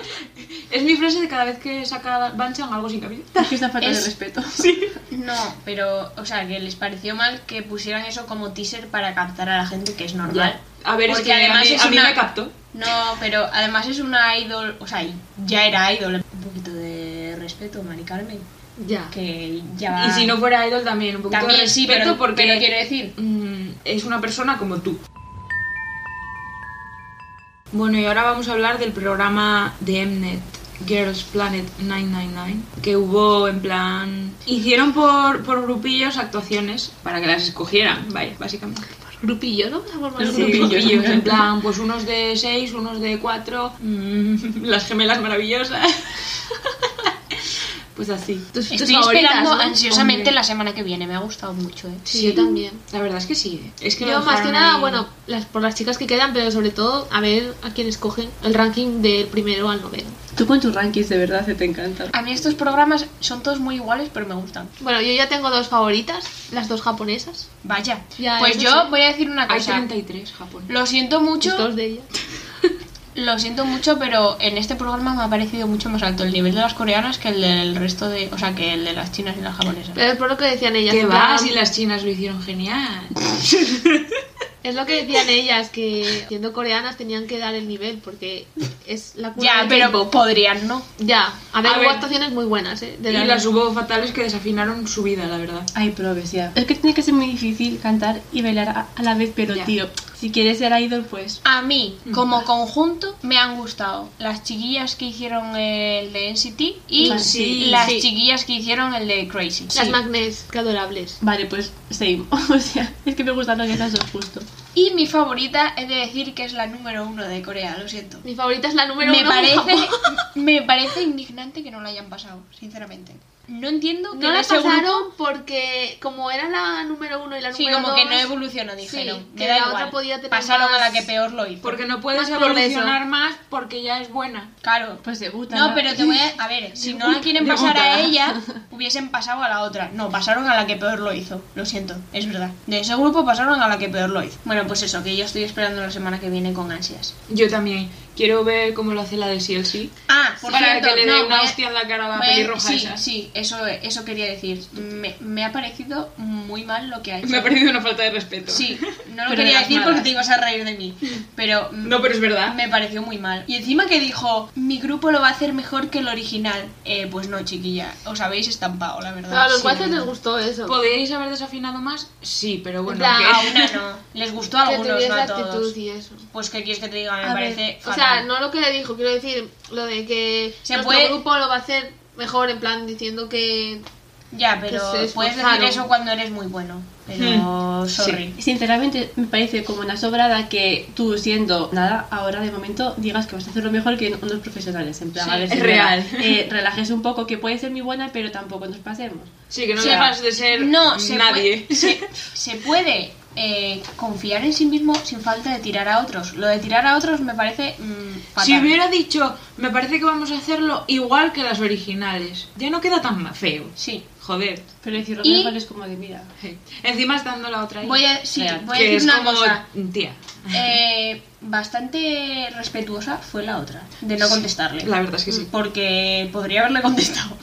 Speaker 3: es mi frase de cada vez que saca Banchan algo sin cabello.
Speaker 4: Es que es una falta
Speaker 1: Es-
Speaker 4: de [laughs] respeto.
Speaker 1: no, pero, o sea, que les pareció mal que pusieran eso como teaser para captar a la gente, que es normal.
Speaker 3: A ver,
Speaker 1: Porque
Speaker 3: es que
Speaker 1: además
Speaker 3: a mí,
Speaker 1: es
Speaker 3: a mí
Speaker 1: una-
Speaker 3: me captó.
Speaker 1: No, pero además es una idol, o sea, ya era idol. Un poquito de respeto, Mari Carmen,
Speaker 2: Ya.
Speaker 1: que ya va...
Speaker 3: Y si no fuera idol también, un poquito de
Speaker 1: También sí,
Speaker 3: respeto
Speaker 1: pero,
Speaker 3: porque
Speaker 1: pero quiero decir...
Speaker 3: mm, es una persona como tú. Bueno, y ahora vamos a hablar del programa de Mnet. Girls Planet 999 que hubo en plan hicieron por, por grupillos actuaciones para que las escogieran vaya básicamente
Speaker 2: Grupillo, ¿no? Vamos a
Speaker 3: Los
Speaker 4: Sí.
Speaker 2: grupillo.
Speaker 3: grupillos,
Speaker 4: grupillos.
Speaker 3: en plan, pues unos de seis, unos de cuatro, mm, [laughs] las gemelas maravillosas. [laughs] pues así.
Speaker 2: Tus, tus
Speaker 1: Estoy
Speaker 2: favoritas,
Speaker 1: esperando
Speaker 2: ¿no?
Speaker 1: ansiosamente
Speaker 3: Hombre.
Speaker 1: la semana que viene, me ha gustado mucho, ¿eh?
Speaker 2: Sí, yo también.
Speaker 3: La verdad es que sí. ¿eh? Es que lo
Speaker 2: Yo más que
Speaker 3: dejaron
Speaker 2: nada,
Speaker 3: ahí.
Speaker 2: bueno, las, por las chicas que quedan, pero sobre todo a ver a quién escogen el ranking del primero al noveno.
Speaker 4: Tú con tus rankings de verdad se te encanta.
Speaker 1: A mí estos programas son todos muy iguales, pero me gustan.
Speaker 2: Bueno, yo ya tengo dos favoritas, las dos japonesas.
Speaker 1: Vaya.
Speaker 2: Ya,
Speaker 1: pues
Speaker 2: eso
Speaker 1: yo
Speaker 2: sí.
Speaker 1: voy a decir una
Speaker 3: Hay
Speaker 1: cosa.
Speaker 3: 33, Japón.
Speaker 1: Lo siento mucho,
Speaker 2: Dos de ellas.
Speaker 1: lo siento mucho, pero en este programa me ha parecido mucho más alto el nivel de las coreanas que el del resto de, o sea, que el de las chinas y las japonesas.
Speaker 2: Pero es por lo que decían ellas.
Speaker 3: Que
Speaker 2: en
Speaker 3: va,
Speaker 2: plan,
Speaker 3: si las chinas lo hicieron genial.
Speaker 2: Es lo que decían ellas, que siendo coreanas tenían que dar el nivel porque es la cuna
Speaker 1: ya,
Speaker 2: del
Speaker 1: pero
Speaker 2: K-pop.
Speaker 1: podrían no.
Speaker 2: Ya, a ver,
Speaker 3: A
Speaker 2: hubo
Speaker 3: ver.
Speaker 2: actuaciones muy buenas, ¿eh? De
Speaker 3: Y
Speaker 2: la-
Speaker 3: las hubo fatales que desafinaron su vida, la verdad.
Speaker 4: Ay, probes ya. Es que tiene que ser muy difícil cantar y bailar a, a la vez, pero
Speaker 3: Ya.
Speaker 4: tío, si quieres ser idol, pues.
Speaker 1: A mí,
Speaker 2: Mm.
Speaker 1: como conjunto, me han gustado las chiquillas que hicieron el de NCT y
Speaker 4: Vale.
Speaker 3: Sí,
Speaker 1: las
Speaker 2: sí.
Speaker 1: chiquillas que hicieron el de Crazy.
Speaker 2: Las
Speaker 1: Sí.
Speaker 2: magnes, que adorables.
Speaker 4: Vale, pues same. [laughs] O sea, es que me gustan las esas dos justo.
Speaker 1: Y mi favorita es de decir que es la número uno de Corea, lo siento.
Speaker 2: Mi favorita es la número
Speaker 1: [laughs] Me
Speaker 2: uno.
Speaker 1: parece, me parece indignante que no la hayan pasado, sinceramente. No entiendo que
Speaker 2: No
Speaker 1: en
Speaker 2: la
Speaker 1: ese
Speaker 2: pasaron
Speaker 1: grupo-
Speaker 2: porque como era la número uno y la
Speaker 1: Sí,
Speaker 2: número
Speaker 1: como que no
Speaker 2: dos,
Speaker 1: evolucionó, dijeron.
Speaker 2: sí,
Speaker 1: Me
Speaker 2: que
Speaker 1: da
Speaker 2: la
Speaker 1: igual.
Speaker 2: otra podía tener
Speaker 1: Pasaron
Speaker 2: más-
Speaker 1: a la que peor lo hizo.
Speaker 3: Porque no puedes
Speaker 2: Más
Speaker 3: evolucionar más porque ya es buena.
Speaker 1: Claro.
Speaker 4: Pues debuta.
Speaker 1: no, pero te voy a... A ver, si no la quieren
Speaker 3: De
Speaker 1: pasar a
Speaker 3: puta.
Speaker 1: ella, hubiesen pasado a la otra. No, pasaron a la que peor lo hizo. Lo siento, es verdad. De ese grupo pasaron a la que peor lo hizo. Bueno, pues eso, que yo estoy esperando la semana que viene con ansias.
Speaker 3: Yo también. Quiero ver cómo lo hace la de CLC.
Speaker 1: Ah, por
Speaker 3: Para
Speaker 1: cierto,
Speaker 3: que le
Speaker 1: no,
Speaker 3: dé una
Speaker 1: voy a-
Speaker 3: hostia en la cara a la
Speaker 1: voy a-
Speaker 3: pelirroja
Speaker 1: sí,
Speaker 3: esa.
Speaker 1: sí, eso, eso quería decir. Me, me ha parecido muy mal lo que ha hecho.
Speaker 3: [laughs] Me ha parecido una falta de respeto. [laughs]
Speaker 1: Sí, no
Speaker 4: Pero
Speaker 1: lo
Speaker 4: de
Speaker 1: quería
Speaker 4: las
Speaker 1: decir porque
Speaker 4: malas.
Speaker 1: te ibas a reír de mí. Pero mm,
Speaker 3: No, pero es verdad.
Speaker 1: me pareció muy mal. Y encima que dijo, mi grupo lo va a hacer mejor que el original. Eh, pues no, chiquilla, os habéis estampado, la
Speaker 2: A
Speaker 1: verdad.
Speaker 2: los
Speaker 1: Sí, Pues,
Speaker 2: guaces
Speaker 1: no,
Speaker 2: les
Speaker 1: no.
Speaker 2: gustó eso.
Speaker 3: ¿Podríais haber desafinado más? Sí, pero bueno.
Speaker 2: plan,
Speaker 1: A
Speaker 3: que-
Speaker 1: una no. Les gustó
Speaker 2: [laughs]
Speaker 1: a
Speaker 2: que
Speaker 1: algunos,
Speaker 2: tuviese
Speaker 1: no a
Speaker 2: actitud
Speaker 1: todos.
Speaker 2: y eso.
Speaker 1: Pues qué quieres que te diga, me
Speaker 4: A ver,
Speaker 1: parece
Speaker 2: O sea,
Speaker 1: fatal.
Speaker 2: no lo que le dijo, quiero decir lo de que
Speaker 1: Se
Speaker 2: nuestro
Speaker 1: puede-
Speaker 2: grupo lo va a hacer mejor, en plan diciendo que
Speaker 1: Ya, pero
Speaker 2: que se
Speaker 1: puedes decir
Speaker 2: esforzaron. Hmm.
Speaker 1: eso cuando eres muy bueno. Pero, sorry.
Speaker 4: Sinceramente, me parece como una sobrada que tú, siendo nada, ahora de momento digas que vas a hacerlo mejor que unos profesionales. En plan,
Speaker 1: Sí,
Speaker 4: a ver
Speaker 3: es
Speaker 4: si
Speaker 3: real.
Speaker 4: eh, relajes un poco, que puede ser muy buena, pero tampoco nos pasemos.
Speaker 3: Sí, que no
Speaker 1: Sí.
Speaker 3: dejas de ser
Speaker 1: No, se
Speaker 3: nadie.
Speaker 1: puede, [laughs] se, se puede eh, confiar en sí mismo sin falta de tirar a otros. Lo de tirar a otros me parece mm, fatal.
Speaker 3: Si hubiera dicho, me parece que vamos a hacerlo igual que las originales. Ya no queda tan ma- feo.
Speaker 1: Sí.
Speaker 3: Joder.
Speaker 4: Pero decirlo
Speaker 1: Y-
Speaker 4: mejor es como de mira.
Speaker 3: [laughs] Encima está dando la otra ahí.
Speaker 1: Voy a, sí,
Speaker 4: Real.
Speaker 1: voy a
Speaker 3: Que
Speaker 1: decir
Speaker 3: es
Speaker 1: una
Speaker 3: como,
Speaker 1: cosa.
Speaker 3: Tía.
Speaker 1: Eh, bastante respetuosa fue la otra, de no contestarle.
Speaker 3: La verdad es que sí.
Speaker 1: Porque podría haberle contestado.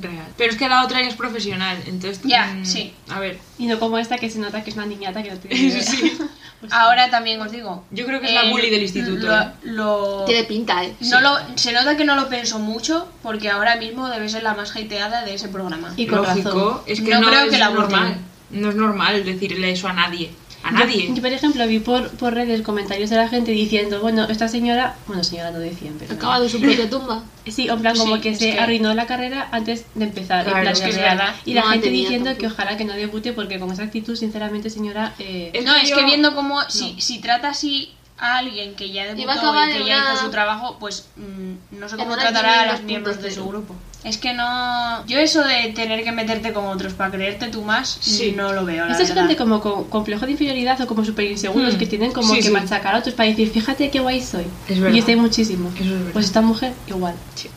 Speaker 3: Real. Pero es que la otra ya es profesional, entonces...
Speaker 1: Mm. Ya,
Speaker 3: mm,
Speaker 1: sí.
Speaker 3: A ver.
Speaker 4: Y no como esta que se nota que es una niñata que no
Speaker 3: [laughs]
Speaker 4: tiene ni
Speaker 3: Sí,
Speaker 4: idea.
Speaker 3: sí.
Speaker 4: [laughs]
Speaker 1: Ahora también os digo.
Speaker 3: Yo creo que es la bully del instituto, ¿eh?
Speaker 1: Lo, lo-
Speaker 2: tiene pinta, ¿eh?
Speaker 1: no lo- se nota que no lo pensó mucho porque ahora mismo debe ser la más hateada de ese programa.
Speaker 4: Y con
Speaker 3: Lógico.
Speaker 4: razón.
Speaker 3: Es que
Speaker 1: No
Speaker 3: no,
Speaker 1: creo
Speaker 3: es
Speaker 1: que la
Speaker 3: normal.
Speaker 1: voten.
Speaker 3: No es normal decirle eso a nadie. A nadie.
Speaker 4: Yo, yo, por ejemplo, vi por, por redes comentarios de la gente diciendo, bueno, esta señora, bueno, señora no decían, pero...
Speaker 2: Acaba
Speaker 1: [laughs]
Speaker 2: de su propia tumba.
Speaker 4: Sí, en plan, como
Speaker 1: Sí,
Speaker 4: que
Speaker 1: es
Speaker 4: se
Speaker 1: que-
Speaker 4: arruinó la carrera antes de empezar.
Speaker 3: Claro,
Speaker 4: en plan,
Speaker 3: es que es
Speaker 4: real.
Speaker 1: verdad.
Speaker 4: Y la
Speaker 2: No
Speaker 4: gente
Speaker 2: tenía
Speaker 4: diciendo
Speaker 2: tampoco.
Speaker 4: que ojalá que no debute porque con esa actitud, sinceramente, señora... eh,
Speaker 3: Es
Speaker 1: No,
Speaker 3: que
Speaker 1: es
Speaker 3: yo-
Speaker 1: que viendo cómo si, si trata así a alguien que ya
Speaker 2: Y va a
Speaker 1: debutó
Speaker 2: acabar
Speaker 1: y que
Speaker 2: en
Speaker 1: ya
Speaker 2: una-
Speaker 1: hizo su trabajo, pues mm, no sé
Speaker 2: en
Speaker 1: cómo
Speaker 2: una
Speaker 1: tratará a
Speaker 2: Jimmy
Speaker 1: los miembros de
Speaker 2: 2.0.
Speaker 1: su grupo. Es que no... Yo eso de tener que meterte con otros para creerte tú más,
Speaker 3: Sí.
Speaker 1: no lo veo, la
Speaker 4: Esta es
Speaker 1: verdad.
Speaker 4: gente como con complejo de inferioridad o como súper inseguros
Speaker 3: Hmm.
Speaker 4: que tienen como
Speaker 3: Sí,
Speaker 4: que
Speaker 3: sí.
Speaker 4: machacar a otros para decir, fíjate qué guay soy.
Speaker 3: Es verdad.
Speaker 4: Y este hay muchísimo.
Speaker 3: Eso es verdad.
Speaker 4: Pues esta mujer, igual.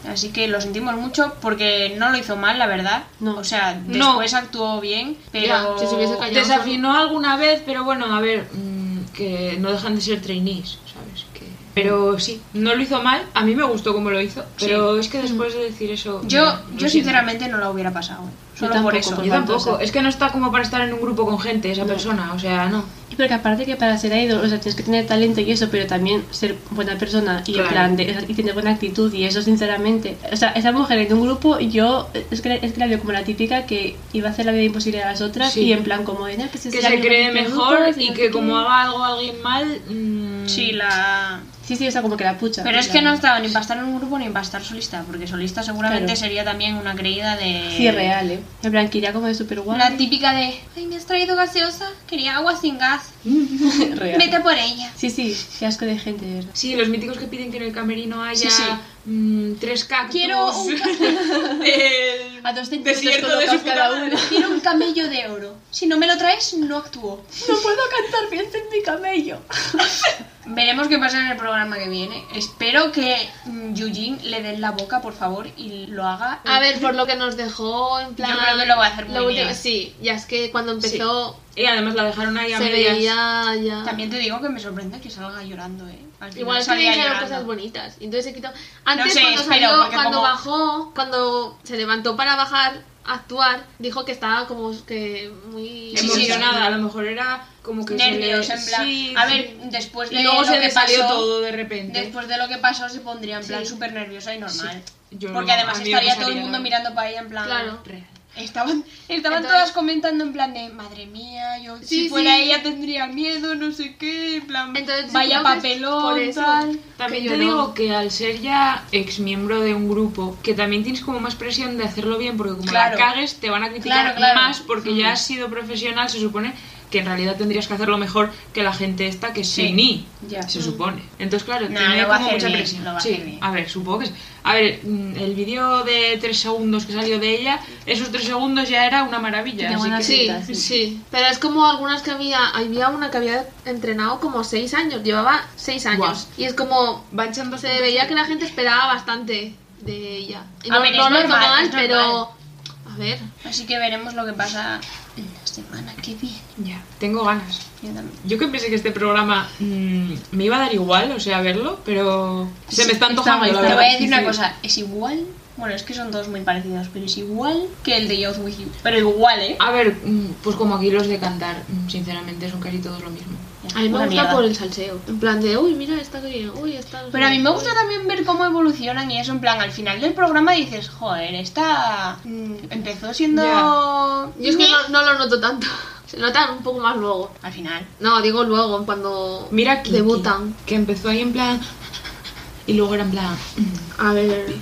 Speaker 1: Así que lo sentimos mucho porque no lo hizo mal, la verdad.
Speaker 4: No.
Speaker 1: O sea,
Speaker 3: No.
Speaker 1: después actuó bien, pero...
Speaker 2: Ya, si se hubiese callado.
Speaker 3: Desafinó alguna vez, pero bueno, a ver, mm, que no dejan de ser trainees, ¿sabes? Que... Pero sí, no lo hizo mal, a mí me gustó como lo hizo, pero es que después de decir eso...
Speaker 1: Yo,
Speaker 3: no, lo
Speaker 1: yo
Speaker 3: siento.
Speaker 1: sinceramente no la hubiera pasado. Solo por
Speaker 4: tampoco,
Speaker 1: eso.
Speaker 4: por
Speaker 3: Yo tampoco,
Speaker 4: Entonces-
Speaker 3: es que no está como para estar en un grupo con gente esa persona, o sea, no.
Speaker 4: Y porque aparte que para ser idol, o sea, tienes que tener talento y eso, pero también ser buena persona y en
Speaker 3: Claro.
Speaker 4: plan de- y tener buena actitud y eso sinceramente. O sea, esa mujer en un grupo, yo es que, es que la veo como la típica que iba a hacer la vida imposible a las otras
Speaker 3: Sí.
Speaker 4: y en plan como de pues "No,
Speaker 3: Que
Speaker 4: sea
Speaker 3: se
Speaker 4: mi
Speaker 3: cree
Speaker 4: grupito de
Speaker 3: mejor
Speaker 4: grupos
Speaker 3: y
Speaker 4: no
Speaker 3: que
Speaker 4: sé
Speaker 3: como
Speaker 4: qué".
Speaker 3: haga algo a alguien mal... mm,
Speaker 1: Sí, la...
Speaker 4: Sí, sí, o sea, como que la pucha.
Speaker 1: Pero
Speaker 4: en
Speaker 1: es que no
Speaker 4: plan.
Speaker 1: estaba ni para estar en un grupo ni para estar solista, porque solista seguramente
Speaker 4: Claro.
Speaker 1: sería también una creída de...
Speaker 4: Sí, real, ¿eh? En plan, que iría como de super guay.
Speaker 1: Una típica de, ay, me has traído gaseosa, quería agua sin gas,
Speaker 4: [laughs] Real.
Speaker 1: vete a por ella.
Speaker 4: Sí, sí, qué asco de gente, de verdad.
Speaker 3: Sí, los míticos que piden que en el camerino haya
Speaker 1: Sí, sí.
Speaker 3: mm, tres cactus.
Speaker 1: Quiero
Speaker 3: [laughs]
Speaker 1: un, ca-
Speaker 3: del
Speaker 4: A dos centímetros
Speaker 3: desierto de su
Speaker 4: colocados
Speaker 3: puta
Speaker 4: cada
Speaker 3: madre.
Speaker 4: uno. [laughs]
Speaker 1: quiero un camello de oro. Si no me lo traes, no actúo.
Speaker 4: No puedo cantar bien en mi camello.
Speaker 1: Veremos qué pasa en el programa que viene. Espero que mm, Eugene le den la boca, por favor, y lo haga.
Speaker 2: A ver, por lo que nos dejó, en plan.
Speaker 1: Yo creo que lo va a hacer muy
Speaker 2: lo último-
Speaker 1: bien.
Speaker 2: Sí, ya es que cuando empezó
Speaker 3: Y además la dejaron ahí a
Speaker 2: se
Speaker 3: medias.
Speaker 2: veía
Speaker 3: Ah.
Speaker 2: ya.
Speaker 1: También te digo que me sorprende que salga llorando, ¿eh? Al final
Speaker 2: Igual es que
Speaker 1: salía
Speaker 2: dijeron
Speaker 1: llorando.
Speaker 2: cosas bonitas. y Entonces se quitó. Antes,
Speaker 1: sé,
Speaker 2: cuando
Speaker 1: espero,
Speaker 2: salió,
Speaker 1: porque
Speaker 2: cuando
Speaker 1: como-
Speaker 2: bajó, cuando se levantó para bajar a actuar, dijo que estaba como que muy.
Speaker 1: Sí, sí,
Speaker 3: Emocionada, a lo mejor era como que se le-
Speaker 1: Nervios, en plan.
Speaker 3: Sí,
Speaker 1: a
Speaker 3: sí.
Speaker 1: ver, después de
Speaker 3: y luego
Speaker 1: lo
Speaker 3: se
Speaker 1: que
Speaker 3: le salió
Speaker 1: pasó,
Speaker 3: todo de repente.
Speaker 1: Después de lo que pasó se pondría en plan
Speaker 2: Sí.
Speaker 1: súper nerviosa y normal.
Speaker 3: Sí. Yo
Speaker 1: Porque
Speaker 3: no, a
Speaker 1: además
Speaker 3: mí me
Speaker 1: estaría
Speaker 3: pasaría
Speaker 1: todo el mundo
Speaker 3: nada.
Speaker 1: mirando para ella en plan...
Speaker 2: Claro.
Speaker 3: Real.
Speaker 1: Estaban, estaban
Speaker 2: Entonces-
Speaker 1: todas comentando en plan de, madre mía, yo si
Speaker 2: Sí,
Speaker 1: fuera
Speaker 2: sí.
Speaker 1: ella tendría miedo, no sé qué, en plan,
Speaker 2: Entonces, yo
Speaker 1: vaya
Speaker 2: creo que es
Speaker 1: papelón,
Speaker 2: por eso.
Speaker 1: tal.
Speaker 3: También
Speaker 2: Que
Speaker 3: te
Speaker 2: yo no.
Speaker 3: digo que al ser ya ex miembro de un grupo, que también tienes como más presión de hacerlo bien, porque como
Speaker 1: Claro.
Speaker 3: la cagues, te van a criticar
Speaker 1: Claro, Mm. claro.
Speaker 3: más, porque ya has sido profesional, se supone que en realidad tendrías que hacerlo mejor que la gente esta que
Speaker 1: Sí.
Speaker 3: sí ni,
Speaker 4: Ya.
Speaker 3: se supone. Entonces, claro,
Speaker 1: No,
Speaker 3: tiene
Speaker 1: lo va a
Speaker 3: como
Speaker 1: hacer
Speaker 3: mucha
Speaker 1: bien,
Speaker 3: presión.
Speaker 1: lo va a
Speaker 3: Sí,
Speaker 1: hacer bien.
Speaker 3: a ver, supongo que sí. A ver, mm, el vídeo de tres segundos que salió de ella, esos tres segundos ya era una maravilla. así
Speaker 4: Tenía buena
Speaker 3: que-
Speaker 4: pinta.
Speaker 2: Sí,
Speaker 4: Cositas, sí.
Speaker 2: sí, Pero es como algunas que había. Había una que había entrenado como seis años. Llevaba seis años. Y es como.
Speaker 3: Va echando
Speaker 2: Se veía que la gente esperaba bastante de ella. Y
Speaker 1: A ver, es
Speaker 2: lo hizo
Speaker 1: normal,
Speaker 2: mal,
Speaker 1: es
Speaker 2: pero. A ver.
Speaker 1: Así que veremos lo que pasa en la semana que viene.
Speaker 3: Ya, tengo ganas.
Speaker 1: Yo también.
Speaker 3: Yo que pensé que este programa mm, me iba a dar igual, o sea, verlo, pero se me está antojando.
Speaker 4: está
Speaker 3: la
Speaker 4: guay,
Speaker 1: Te
Speaker 3: verdad.
Speaker 1: voy a decir
Speaker 3: Sí,
Speaker 1: una
Speaker 3: sí.
Speaker 1: cosa, es igual, bueno, es que son dos muy parecidos, pero es igual que el de Youth With You. Pero igual, ¿eh?
Speaker 3: A ver, mm, pues como aquí los de cantar, mm, sinceramente son casi todos lo mismo.
Speaker 2: A mí me
Speaker 1: Una
Speaker 2: gusta
Speaker 1: mierda.
Speaker 2: por el salseo. En plan de, uy, mira, está bien. Uy, está.
Speaker 1: Pero a mí me gusta también ver cómo evolucionan y eso, en plan, al final del programa dices, joder, esta mm, empezó siendo...
Speaker 2: Yo es que
Speaker 1: Ni-
Speaker 2: no, no lo noto tanto. [laughs] Se notan un poco más luego.
Speaker 1: Al final.
Speaker 2: No, digo luego, cuando
Speaker 3: Mira aquí.
Speaker 2: debutan.
Speaker 3: Que empezó ahí en plan. Y luego era en plan.
Speaker 2: A ver.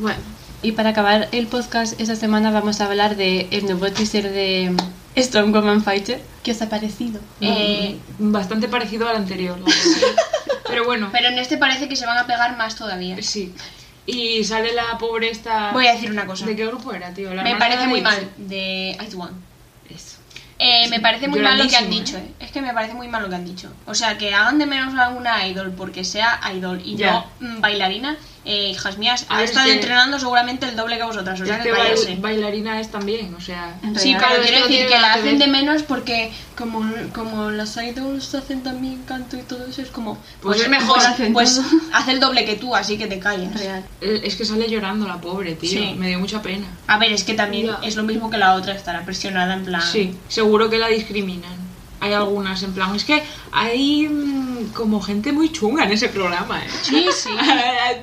Speaker 2: Bueno.
Speaker 4: Y para acabar el podcast, esta semana vamos a hablar de el nuevo teaser de Strong Woman Fighter. ¿Qué os ha parecido?
Speaker 1: Eh,
Speaker 3: mm, Bastante parecido al anterior. la
Speaker 1: [laughs]
Speaker 3: verdad. Pero bueno,
Speaker 1: pero en este parece que se van a pegar más todavía.
Speaker 3: sí. Y sale la pobre esta.
Speaker 1: Voy a decir una cosa.
Speaker 3: ¿De qué grupo era, tío? La
Speaker 1: Me
Speaker 3: hermana
Speaker 1: parece
Speaker 3: de Este
Speaker 1: muy
Speaker 3: Lindsay.
Speaker 1: mal de Ice One.
Speaker 3: Eso.
Speaker 1: Eh, me parece muy mal lo que han
Speaker 3: Lloradísimo,
Speaker 1: dicho,
Speaker 3: ¿eh?
Speaker 1: ¿eh? Es que me parece muy mal lo que han dicho. O sea, que hagan de menos a una idol porque sea idol y
Speaker 3: Ya.
Speaker 1: no mm, bailarina. Eh, hijas mías,
Speaker 3: A
Speaker 1: ha
Speaker 3: ver,
Speaker 1: estado
Speaker 3: es que-
Speaker 1: entrenando seguramente el doble que vosotras. O sea,
Speaker 3: Este
Speaker 1: que
Speaker 3: bail-
Speaker 1: cállase.
Speaker 3: bailarina es también, o sea.
Speaker 4: En
Speaker 1: Sí,
Speaker 4: realidad,
Speaker 1: pero
Speaker 2: Claro,
Speaker 1: quiero
Speaker 2: esto no
Speaker 1: decir
Speaker 2: tiene
Speaker 1: que la
Speaker 2: nada que
Speaker 1: hacen de
Speaker 2: ver.
Speaker 1: menos porque como, como las idols hacen también canto y todo eso, es como...
Speaker 3: Pues es mejor,
Speaker 4: hacen
Speaker 1: Pues,
Speaker 4: todo. [laughs]
Speaker 1: hace el doble que tú, así que te callas.
Speaker 4: real.
Speaker 3: Eh, Es que sale llorando la pobre, tío.
Speaker 1: Sí.
Speaker 3: Me dio mucha pena.
Speaker 1: A ver, es que también
Speaker 2: Ya.
Speaker 1: es lo mismo que la otra, estará presionada en plan...
Speaker 3: Sí, seguro que la discriminan. Hay algunas, en plan, es que hay mm, como gente muy chunga en ese programa, ¿eh?
Speaker 1: Sí,
Speaker 3: [laughs]
Speaker 1: sí.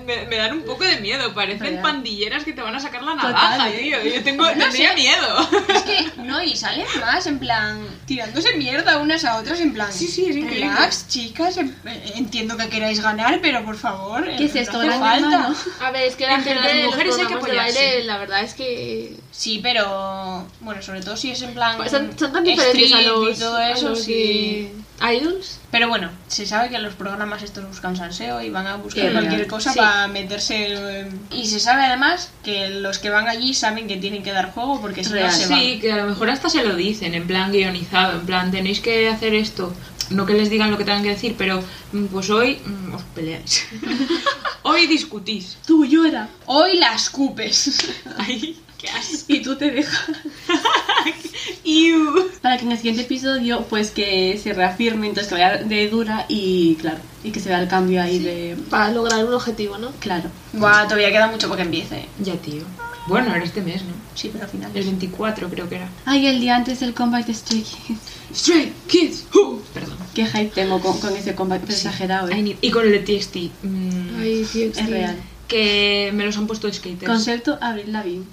Speaker 3: me, me dan un poco de miedo, parecen
Speaker 4: Real.
Speaker 3: pandilleras que te van a sacar la
Speaker 4: Total.
Speaker 3: navaja, tío. Yo tengo, tendría miedo.
Speaker 1: [laughs] Es que, no, y salen más en plan tirándose mierda unas a otras en plan.
Speaker 3: Sí, sí, es increíble.
Speaker 1: Relax, chicas, em- eh, entiendo que queráis ganar, pero por favor. eh,
Speaker 4: ¿Qué es esto,
Speaker 1: No hace
Speaker 4: Gran
Speaker 1: falta.
Speaker 4: Hermano?
Speaker 2: A ver, es que la
Speaker 3: Entre
Speaker 2: gente
Speaker 3: las
Speaker 2: de los
Speaker 3: mujeres hay que
Speaker 2: programas de
Speaker 3: apoyarse.
Speaker 2: baile, la verdad es que
Speaker 1: Sí, pero. Bueno, sobre todo si es en plan.
Speaker 2: Pues son, son tan diferentes a
Speaker 1: street
Speaker 2: los,
Speaker 1: Y todo
Speaker 2: a
Speaker 1: eso,
Speaker 2: los
Speaker 1: sí.
Speaker 2: de idols.
Speaker 1: Pero bueno, se sabe que los programas estos buscan salseo y van a buscar
Speaker 4: Sí,
Speaker 1: cualquier
Speaker 4: real.
Speaker 1: cosa
Speaker 2: Sí.
Speaker 1: para meterse. en- Y se sabe además que los que van allí saben que tienen que dar juego porque si no
Speaker 4: Real.
Speaker 1: se van.
Speaker 3: [laughs] Sí, que a lo mejor hasta se lo dicen, en plan guionizado, en plan tenéis que hacer esto. No que les digan lo que tengan que decir, pero mm, pues hoy mm, os peleáis. [laughs] hoy discutís.
Speaker 4: Tú llora
Speaker 1: Hoy las cupes.
Speaker 3: Ay, qué asco.
Speaker 4: y tú te dejas.
Speaker 3: Iu.
Speaker 4: Para que en el siguiente episodio, pues que se reafirme, entonces que vaya de dura y claro, y que se vea el cambio ahí de.
Speaker 2: Para lograr un objetivo, ¿no?
Speaker 4: Claro.
Speaker 1: [laughs] Buah, todavía queda mucho para que empiece.
Speaker 3: Ya, tío. Bueno, era este mes, ¿no?
Speaker 1: Sí, pero al final.
Speaker 3: El 24 creo que era.
Speaker 4: Ay, el día antes del comeback de Stray Kids.
Speaker 3: Stray Kids. Who. Perdón.
Speaker 4: [laughs] Qué hype tengo con, con ese comeback, pero
Speaker 3: Sí.
Speaker 4: exagerado,
Speaker 3: I
Speaker 4: ¿eh?
Speaker 3: need- Y con el de TXT. mm,
Speaker 2: Ay, tío,
Speaker 4: Es real.
Speaker 3: que me los han puesto de skaters.
Speaker 4: Concepto Abril Lavigne.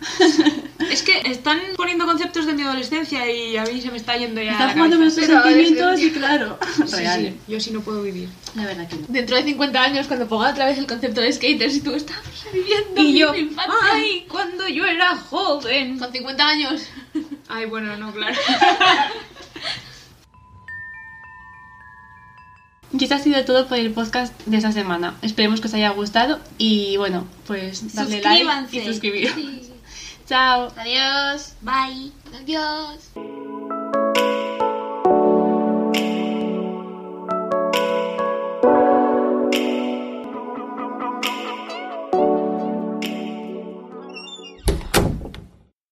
Speaker 3: Es que están poniendo conceptos de mi adolescencia y a mí se me está yendo ya.
Speaker 4: Está
Speaker 3: la
Speaker 4: jugando con
Speaker 3: cabeza.
Speaker 4: sus
Speaker 2: Pero
Speaker 4: sentimientos
Speaker 2: adolescencia.
Speaker 4: y claro.
Speaker 3: Sí,
Speaker 4: Real.
Speaker 3: sí, yo sí no puedo vivir.
Speaker 4: La verdad que no.
Speaker 2: Dentro de 50 años, cuando ponga otra vez el concepto de skaters y tú estás viviendo
Speaker 3: Y yo,
Speaker 2: mi infancia.
Speaker 3: ay, cuando yo era joven.
Speaker 2: Con 50 años.
Speaker 3: Ay, bueno, no, claro.
Speaker 4: Y esto ha sido todo por el podcast de esta semana. Esperemos que os haya gustado y bueno, pues darle like y suscribiros. [laughs] Chao.
Speaker 1: Adiós.
Speaker 3: Bye.
Speaker 2: Adiós.